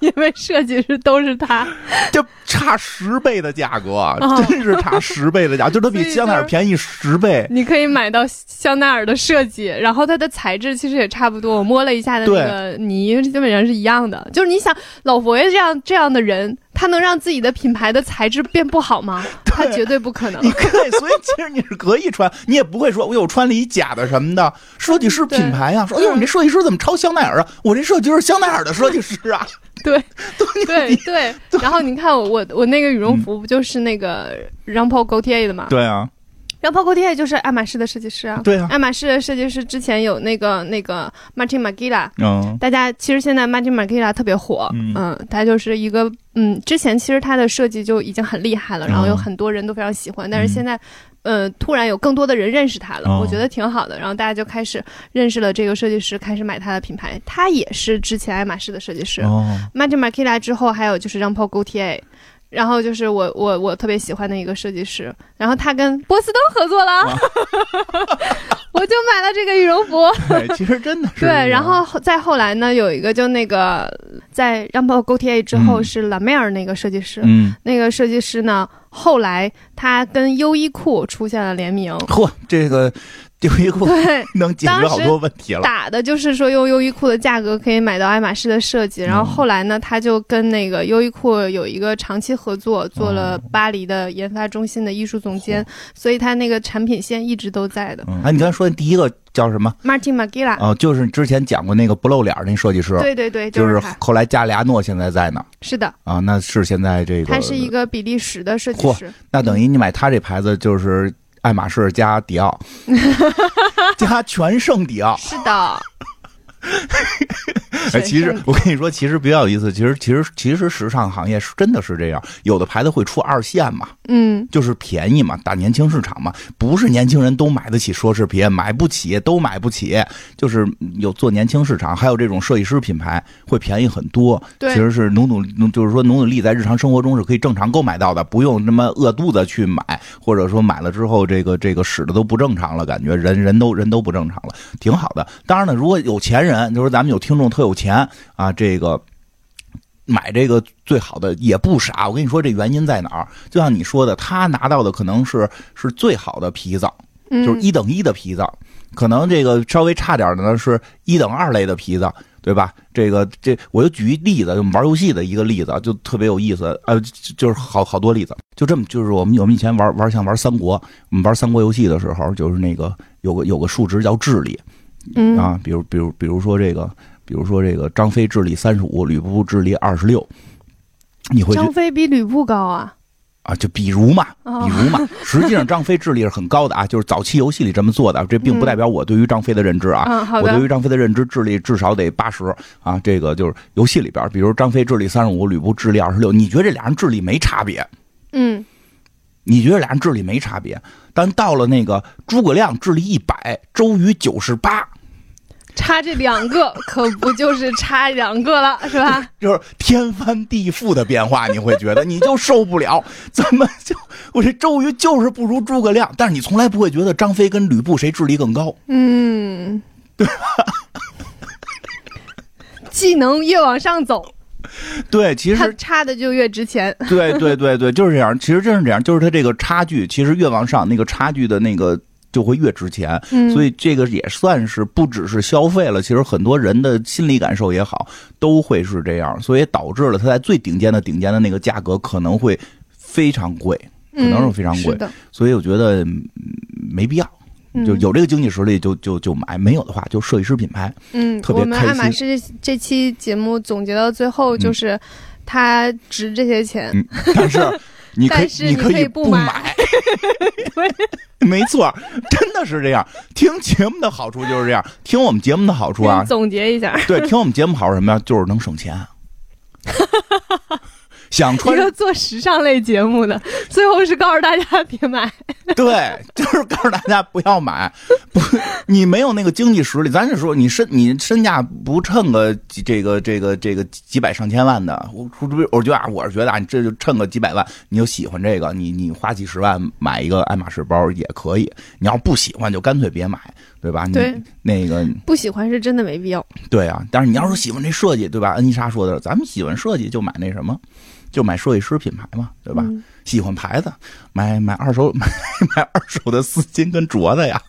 因为设计师都是他， 这差十倍的价格，啊哦真是差十倍的价，就它比香奈儿便宜十倍。你可以买到香奈儿的设计，然后它的材质其实也差不多。我摸了一下的那个泥，基本上是一样的。就是你想，老佛爷这样这样的人，他能让自己的品牌的材质变不好吗？他绝对不可能你。可以，所以其实你是可以穿，你也不会说，哎呦，我穿了一假的什么的设计师品牌呀、说，哎呦，嗯你这设计师怎么抄香奈儿啊？我这设计师是香奈儿的设计师啊，对都牛对逼。对。然后你看我我我那个羽绒服不就是那个 r a m p a u Gaultier 的吗？ 嗯对啊，然后 p a u Gaultier 就是爱马仕的设计师啊。对啊爱马仕的设计师之前有那个那个 Martin m a r g i e a 嗯大家其实现在 Martin m a r g i e a 特别火，嗯他就是一个嗯，之前其实他的设计就已经很厉害了，然啊后有很多人都非常喜欢，但是现在。呃，突然有更多的人认识他了，嗯哦我觉得挺好的。然后大家就开始认识了这个设计师，开始买他的品牌。他也是之前爱马仕的设计师， 哦， Magic m a r k i l a 之后，还有就是让 Paul Gaultier，然后就是我我我特别喜欢的一个设计师，然后他跟波司登合作了， 我就买了这个羽绒服。哎，其实真的 是啊对，然后后再后来呢，有一个就那个在让 Paul Gaultier 之后嗯是拉梅尔那个设计师，嗯，那个设计师呢，后来他跟优衣库出现了联名，嚯，这个丢衣裤对， 能解决好多问题了。打的就是说用优衣库的价格可以买到爱马仕的设计，嗯然后后来呢，他就跟那个优衣库有一个长期合作，做哦了巴黎的研发中心的艺术总监，所以他那个产品线一直都在的。嗯，哎，你刚才说的第一个叫什么？ Martin m a g i l a 哦，就是你之前讲过那个不露脸儿那设计师，对对对，就是是他，后来加里亚诺现在在呢是的，啊，那是现在这个他是一个嗯比利时的设计师，那等于你买它这牌子就是爱马仕加迪 奥，加全盛迪奥。是的。哎，其实全盛我跟你说，其实比较有意思。其实，其实，其实时尚行业是真的是这样，有的牌子会出二线嘛，嗯，就是便宜嘛，打年轻市场嘛，不是年轻人都买得起奢侈品，买不起都买不起，就是有做年轻市场，还有这种设计师品牌会便宜很多。对其实是努努，努就是说努努力在日常生活中是可以正常购买到的，不用那么饿肚子去买，或者说买了之后这个这个使的都不正常了，感觉人人都人都不正常了，挺好的。当然了，如果有钱人，就是咱们有听众特有钱啊，这个。买这个最好的也不傻，我跟你说这原因在哪儿？就像你说的，他拿到的可能是是最好的皮子，嗯就是一等一的皮子，可能这个稍微差点的呢是一等二类的皮子，对吧？这个这我就举一例子，就我们玩游戏的一个例子，就特别有意思，呃，就就是好好多例子，就这么就是我们我们以前玩玩像玩三国，我们玩三国游戏的时候，就是那个有个有个数值叫智力，嗯啊，比如比如比如说这个，比如说这个张飞智力三十五，吕布智力二十六，你会觉张飞比吕布高啊，啊，就比如嘛，哦比 如嘛，实际上张飞智力是很高的啊，就是早期游戏里这么做的，啊这并不代表我对于张飞的认知啊。嗯，好我对的，于张飞的认知，智力至少得八十啊！这个就是游戏里边，比如张飞智力三十五，吕布智力二十六，你觉得这俩人智力没差别？嗯，你觉得俩人智力没差别？但到了那个诸葛亮智力一百，周瑜九十八，差这两 个可不就是差两个了，是吧？就是天翻地覆的变化，你会觉得你就受不了，怎么就我这周瑜就是不如诸葛亮？但是你从来不会觉得张飞跟吕布谁智力更高，嗯， 技能越往上走，对，其它实差的就越值钱。对对对对，就是这样。其实真是这样，就是它这个差距，其实越往上，那个差距的那个就会越值钱。嗯所以这个也算是不只是消费了，其实很多人的心理感受也好，都会是这样，所以导致了它在最顶尖的顶尖的那个价格可能会非常贵，可能是非常贵。嗯、是的，嗯所以我觉得嗯没必要。就有这个经济实力就就就买，没有的话就设计师品牌。嗯，特别我们开爱马心仕这这期节目总结到最后就是，它值这些钱。嗯，但是 你可但以是你可可以以不不买 对，没错，真的是这样。听节目的好处就是这样，听我们节目的好处给啊你，总结一下，对，听我们节目好处是什么呀？就是能 省钱。想一 穿个做时尚类节目的，最后是告诉大家别买。 对，就是告诉大家不要买，不，你没有那个经济实力。咱是说，你身你身价不趁个几这个这个这个几百上千万的，我我我觉得啊，我是觉得啊，你这就趁个几百万，你就喜欢这个，你你花几十万买一个爱马仕包也可以。你要不喜欢，就干脆别买，对吧？你对那个不喜欢是真的没必要。对啊，但是你要是喜欢这设计，对吧？恩妮莎说的，咱们喜欢设计就买那什么，就买设计师品牌嘛，对吧？嗯喜欢牌子，买买二手 买买二手的丝巾跟镯子 呀，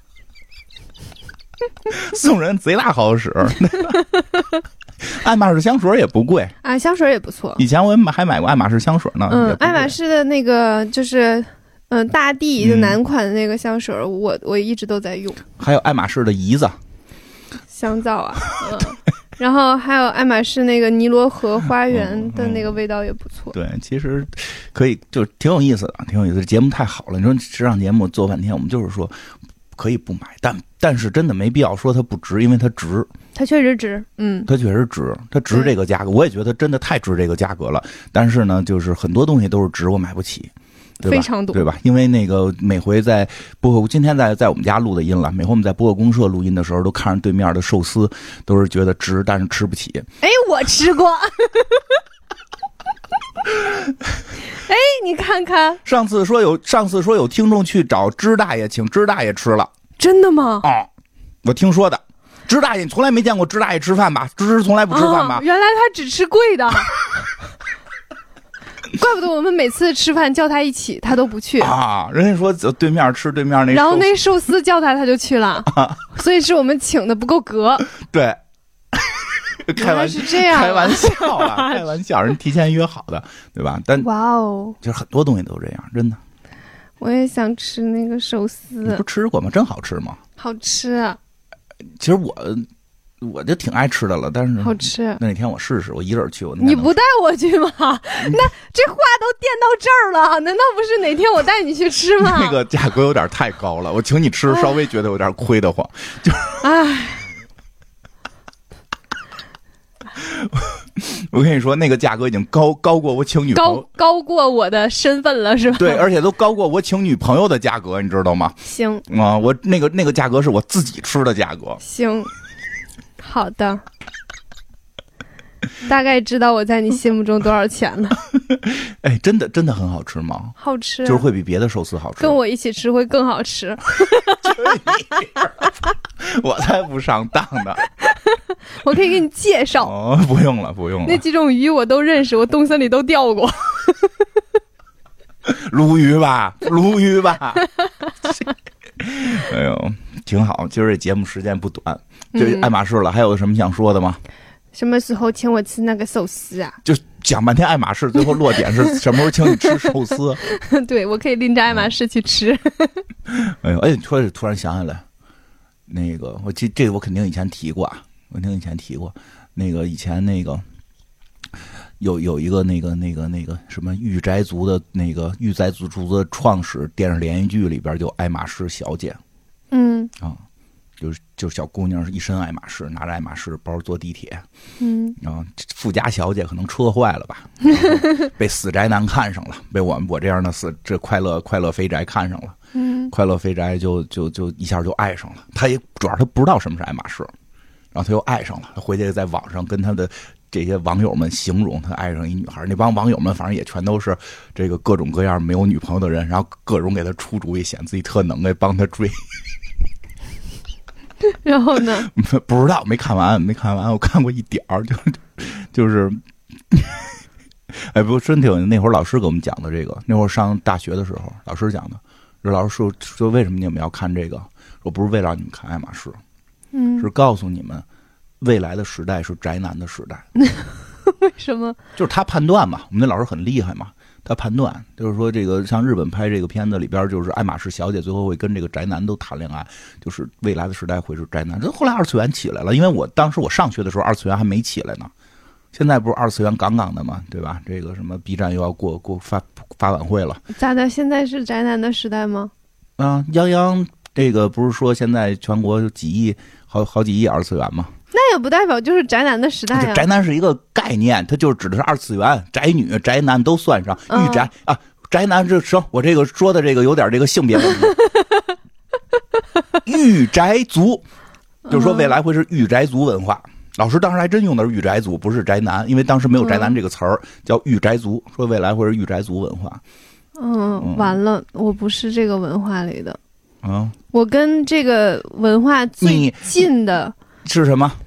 送人贼拉好使。 爱马仕香水也不贵，啊，香水也不错。以前我也买还买过爱马仕香水呢。嗯也，不贵爱马仕的那个就是，嗯，大地就嗯男款的那个香水儿，我我一直都在用，还有爱马仕的姨子，香皂 啊，嗯，然后还有爱马仕那个尼罗河花园的那个味道也不错。对，其实可以就挺有意思的，挺有意思的。节目太好了，你说时尚节目做半天，我们就是说可以不买，但但是真的没必要说它不值，因为它值，它确实值，嗯，它确实值，它值这个价格。我也觉得真的太值这个价格了。但是呢，就是很多东西都是值，我买不起。对吧非常多对吧？因为那个每回在播客，今天在在我们家录的音了。每回我们在播客公社录音的时候，都看着对面的寿司，都是觉得值，但是吃不起。 哎，我吃过。 哎，你看看，上次说有，上次说有听众去找支大爷，请支大爷吃了。真的吗？啊、我听说的。支大爷，你从来没见过支大爷吃饭吧？支支从来不吃饭吧啊？？原来他只吃贵 的，怪不得我们每次吃饭叫他一起，他都不去。啊，人家说走对面吃对面那寿司，啊然后那寿司叫他，他就去 了，所以是我们请的不够格。 对， 开原来玩是这样啊，开玩笑啊，开玩笑，人提前约好的，对吧？但 哇哦，其实很多东西都这样，真的。我也想吃那个寿你 司不，吃过吗？真好吃吗？好吃，其实我我就挺爱吃的了，但是好吃。那天我试试，我一个人去，我应该你能不带我去吗？ 那 这话都垫到这儿了，难道不是哪天我带你去吃吗？那个价格有点太高了，我请你吃，稍微觉得有点亏 得慌。唉，我跟你说，那个价格已经高高过我请女朋高友。高过我的身份了是吧？对，而且都高过我请女朋友的价格，你知道吗？行啊、我那个那个价格是我自己吃的价格。行，好的，大概知道我在你心目中多少钱了，哎，真的真的很好吃吗？好吃就。是会比别的寿司好吃。啊跟我一起吃会更好吃，我才不上当呢！我可以给你介绍。哦， 不用了，不用那了。几种鱼我都认识，我东森里都钓过。鲈鱼吧， 鲈鱼吧。哎呦，挺好。今儿这节目时间不短，就嗯爱马仕了。还有什么想说的吗？ 什么时候请我吃那个寿司啊？就讲半天爱马仕，最后落点是什么时候请你吃寿司？ 对，我可以拎着爱马仕去吃。 哎呦，哎，突然突然想起来，那个我这这个我肯定以前提过啊，我肯定以前提过，那个以前那个有有一个那个那个那个什么御宅族的那个御宅族族的创始电视连续剧里边就爱马仕小姐嗯啊、就是就是小姑娘一身爱马仕，拿着爱马仕包坐地铁，嗯，然后富家小姐可能车坏了 吧，然后被死宅男看上了，被我我这样的死这快乐快乐肥宅看上了。嗯，快乐肥宅就就就一下就爱上了。他也主要他不知道什么是爱马仕，然后他又爱上了。他回去在网上跟他的这些网友们形容他爱上一女孩，那帮网友们反正也全都是这个各种各样没有女朋友的人，然后各种给他出主意，显自己特能耐，帮他追。然后呢？ 不知道没看完，没看完，我看过一点儿， 就就是。哎，不，真挺有那会儿老师给我们讲的这个，那会儿上大学的时候，老师讲的，老师说说为什么你们要看这个？说不是为了让你们看爱马仕，嗯，是告诉你们，未来的时代是宅男的时代。为什么？就是他判断嘛，我们那老师很厉害嘛，他判断就是说这个像日本拍这个片子里边，就是爱马仕小姐最后会跟这个宅男都谈恋爱，就是未来的时代会是宅男。这后来二次元起来了，因为我当时我上学的时候二次元还没起来呢。现在不是二次元杠杠的嘛，对吧？这个什么 B 站又要过过发发晚会了咋的？现在是宅男的时代吗？啊！泱泱这个不是说现在全国有几亿好好几亿二次元吗？那也不代表就是宅男的时代啊啊就呀、宅男是一个概念，它就是指的是二次元，宅女、宅男都算上，嗯御宅、啊，宅男这行，我这个说的这个有点这个性别问题，御宅族，就是说未来会是御宅族文化。老师当时还真用的是御宅族，不是宅男，因为当时没有宅男这个词儿，叫御宅族，说未来会是御宅族文化。嗯，完了，我不是这个文化里的，嗯，我跟这个文化最你近的，是什么？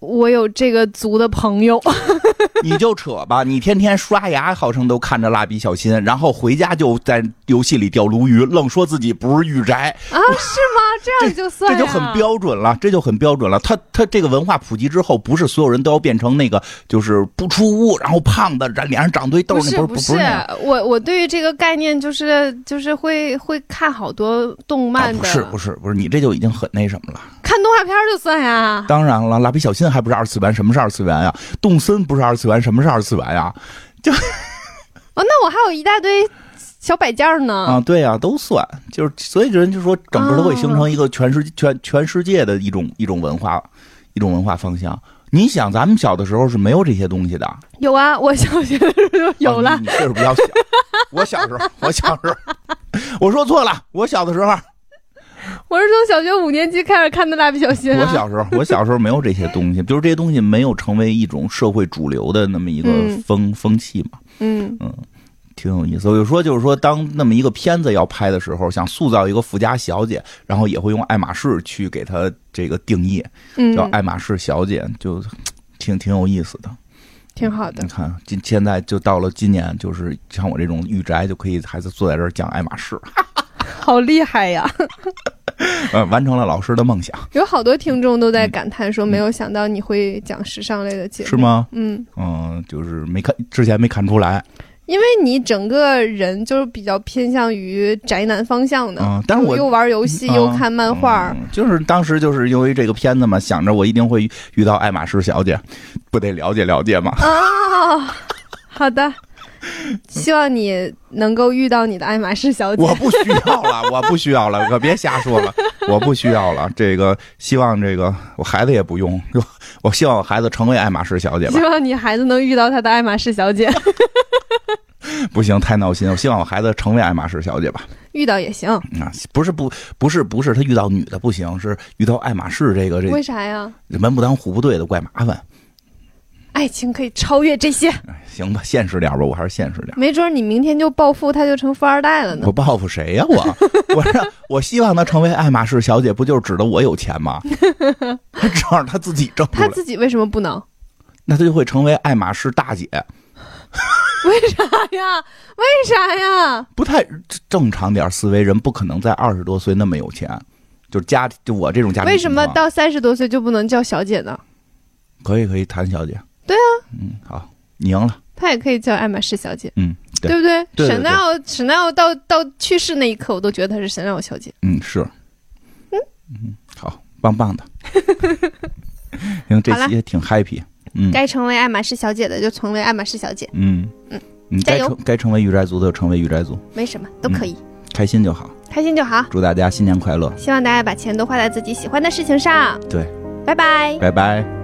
我有这个族的朋友， 你就扯吧，你天天刷牙，号称都看着蜡笔小新，然后回家就在游戏里钓鲈鱼，愣说自己不是御宅，啊？是吗？这样就算 这就呀很标准了，这就很标准了。他他这个文化普及之后，不是所有人都要变成那个就是不出屋，然后胖的，然脸上长堆痘，不那是不不是不那样我我对于这个概念就是就是会会看好多动啊漫的，不是不是不是，你这就已经很那什么了。看动画片儿就算呀。当然了，蜡笔小新还不是二次元？什么是二次元呀？动森不是二次元？什么是二次元呀？哦，那我还有一大堆小摆件儿呢。啊，对呀、都算，就是所以人就说，整个都会形成一个全世界、全全世界的一种一种文化，一种文化方向。你想，咱们小的时候是没有这些东西的，有啊，我小学的时候就 有了。哦你你岁数比较小，我小时候，我小时候，我说错了，我小的时候，我是从小学五年级开始看的《蜡笔小新》我啊。小时候，我小时候没有这些东西，就是这些东西没有成为一种社会主流的那么一个嗯风、风气嘛。嗯，挺有意思，我就说，就是说，当那么一个片子要拍的时候，想塑造一个富家小姐，然后也会用爱马仕去给她这个定义，嗯叫爱马仕小姐，就挺挺有意思的。挺好的你。看，今现在就到了今年，就是像我这种御宅，就可以还是坐在这儿讲爱马仕，好厉害 呀！呃，完成了老师的梦想，有好多听众都在感叹说，没有想到你会讲时尚类的节目，嗯是？吗？嗯，嗯，就是没看之前没看出来，因为你整个人就是比较偏向于宅男方向的，嗯，但是我又玩游戏，嗯又看漫画，嗯就是当时就是因为这个片子嘛，想着我一定会遇到爱马仕小姐，不得了解了解嘛。啊。好的，希望你能够遇到你的爱马仕小姐。我不需要了，我不需要了，可别瞎说了，我不需要了。这个希望这个我孩子也不用， 我我希望我孩子成为爱马仕小姐 吧希。望你孩子能遇到他的爱马仕小 姐，不行，太闹心。我希望我孩子成为爱马仕小姐吧。遇到也行。啊，不是不不是不是，他遇到女的不行，是遇到爱马仕这个这为啥呀？门不当户不对的怪麻烦。爱情可以超越这些，哎行吧，现实点吧，我还是现实点。没准你明天就暴富，他就成富二代了呢我。报复谁呀、 我我让我希望她成为爱马仕小姐，不就是指的我有钱 吗？这样她自己挣出他来，自己为什么不能？那她就会成为爱马仕大姐。为啥呀？为啥呀？不太正常点思维，人不可能在二十多岁那么有钱。就是家，就我这种家庭为情什况么到三十多岁就不能叫小姐呢？可以可以谭小姐？对啊，嗯，好，你赢了，她也可以叫爱马仕小姐，嗯，对不对？对对沈奈奥，沈奈奥到到去世那一刻，我都觉得她是沈奈奥小姐。嗯是，嗯，好，棒 棒的。行，这好了期也挺 happy，嗯该成为爱马仕小姐的就成为爱马仕小姐，嗯嗯嗯，加该油成该成为御宅族的就成为御宅族，没什么都可以，开心就好。开心就好。祝大家新年快乐，希望大家把钱都花在自己喜欢的事情上。对，拜拜。拜拜。